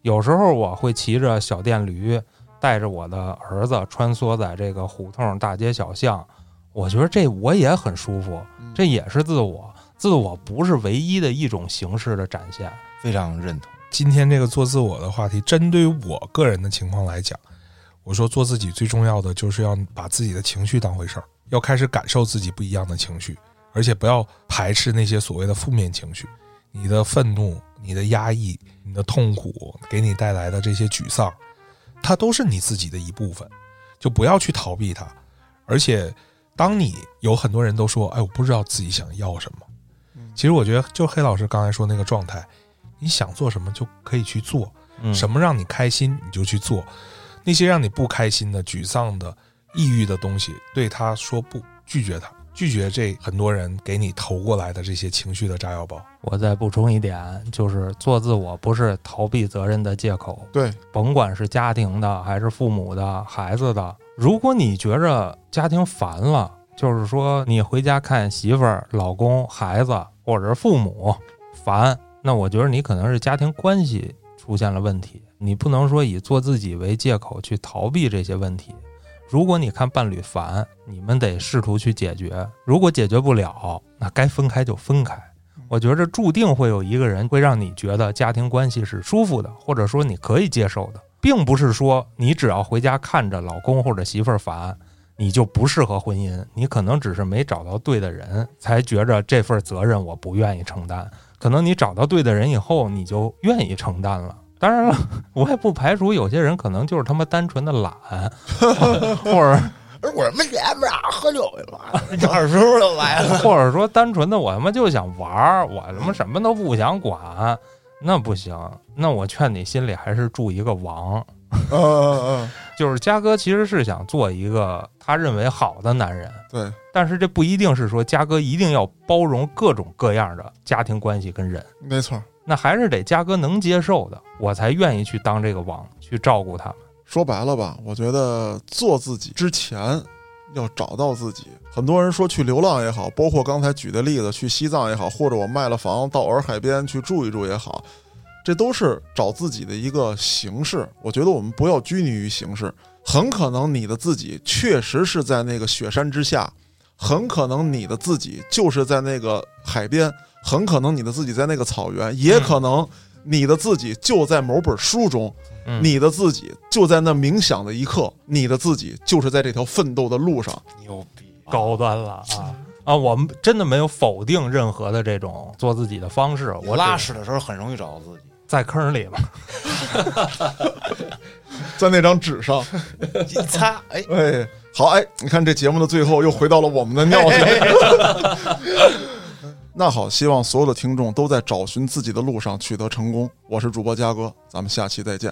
有时候我会骑着小电驴，带着我的儿子穿梭在这个胡同、大街小巷，我觉得这我也很舒服，这也是自我。自我不是唯一的一种形式的展现，非常认同。今天这个做自我的话题，针对于我个人的情况来讲，我说做自己最重要的就是要把自己的情绪当回事儿，要开始感受自己不一样的情绪，而且不要排斥那些所谓的负面情绪，你的愤怒、你的压抑、你的痛苦给你带来的这些沮丧，它都是你自己的一部分，就不要去逃避它。而且，当你有很多人都说：“哎，我不知道自己想要什么。”其实我觉得，就黑老师刚才说那个状态，你想做什么就可以去做，嗯什么让你开心你就去做，那些让你不开心的、沮丧的、抑郁的东西，对他说不，拒绝他，拒绝这很多人给你投过来的这些情绪的炸药包。我再补充一点，就是做自我不是逃避责任的借口，对，甭管是家庭的，还是父母的、孩子的。如果你觉着家庭烦了，就是说你回家看媳妇儿、老公、孩子或者是父母烦，那我觉得你可能是家庭关系出现了问题。你不能说以做自己为借口去逃避这些问题。如果你看伴侣烦，你们得试图去解决。如果解决不了，那该分开就分开。我觉着注定会有一个人会让你觉得家庭关系是舒服的，或者说你可以接受的，并不是说你只要回家看着老公或者媳妇儿烦，你就不适合婚姻。你可能只是没找到对的人，才觉着这份责任我不愿意承担。可能你找到对的人以后，你就愿意承担了。当然了， 我也不排除有些人可能就是他妈单纯的懒，或者而我们爷们啊，喝酒去了， 二叔都来了。 或者说单纯的我他妈就想玩儿，我他妈什么都不想管，那不行。那我劝你心里还是住一个王，嗯嗯就是嘉哥其实是想做一个他认为好的男人，嗯，对，但是这不一定是说嘉哥一定要包容各种各样的家庭关系跟人，没错。那还是得嘉哥能接受的，我才愿意去当这个王，去照顾他们。说白了吧，我觉得做自己之前要找到自己。很多人说去流浪也好，包括刚才举的例子，去西藏也好，或者我卖了房到洱海边去住一住也好，这都是找自己的一个形式。我觉得我们不要拘泥于形式，很可能你的自己确实是在那个雪山之下，很可能你的自己就是在那个海边，很可能你的自己在那个草原，也可能你的自己就在某本书中。嗯，你的自己就在那冥想的一刻，你的自己就是在这条奋斗的路上。牛逼，高端了啊！啊，我们真的没有否定任何的这种做自己的方式，我我拉只屎的时候很容易找到自己，在坑里了。在那张纸上，一擦，哎，哎，好，哎，你看这节目的最后又回到了我们的尿性。 那好，希望所有的听众都在找寻自己的路上取得成功。我是主播嘉哥，咱们下期再见。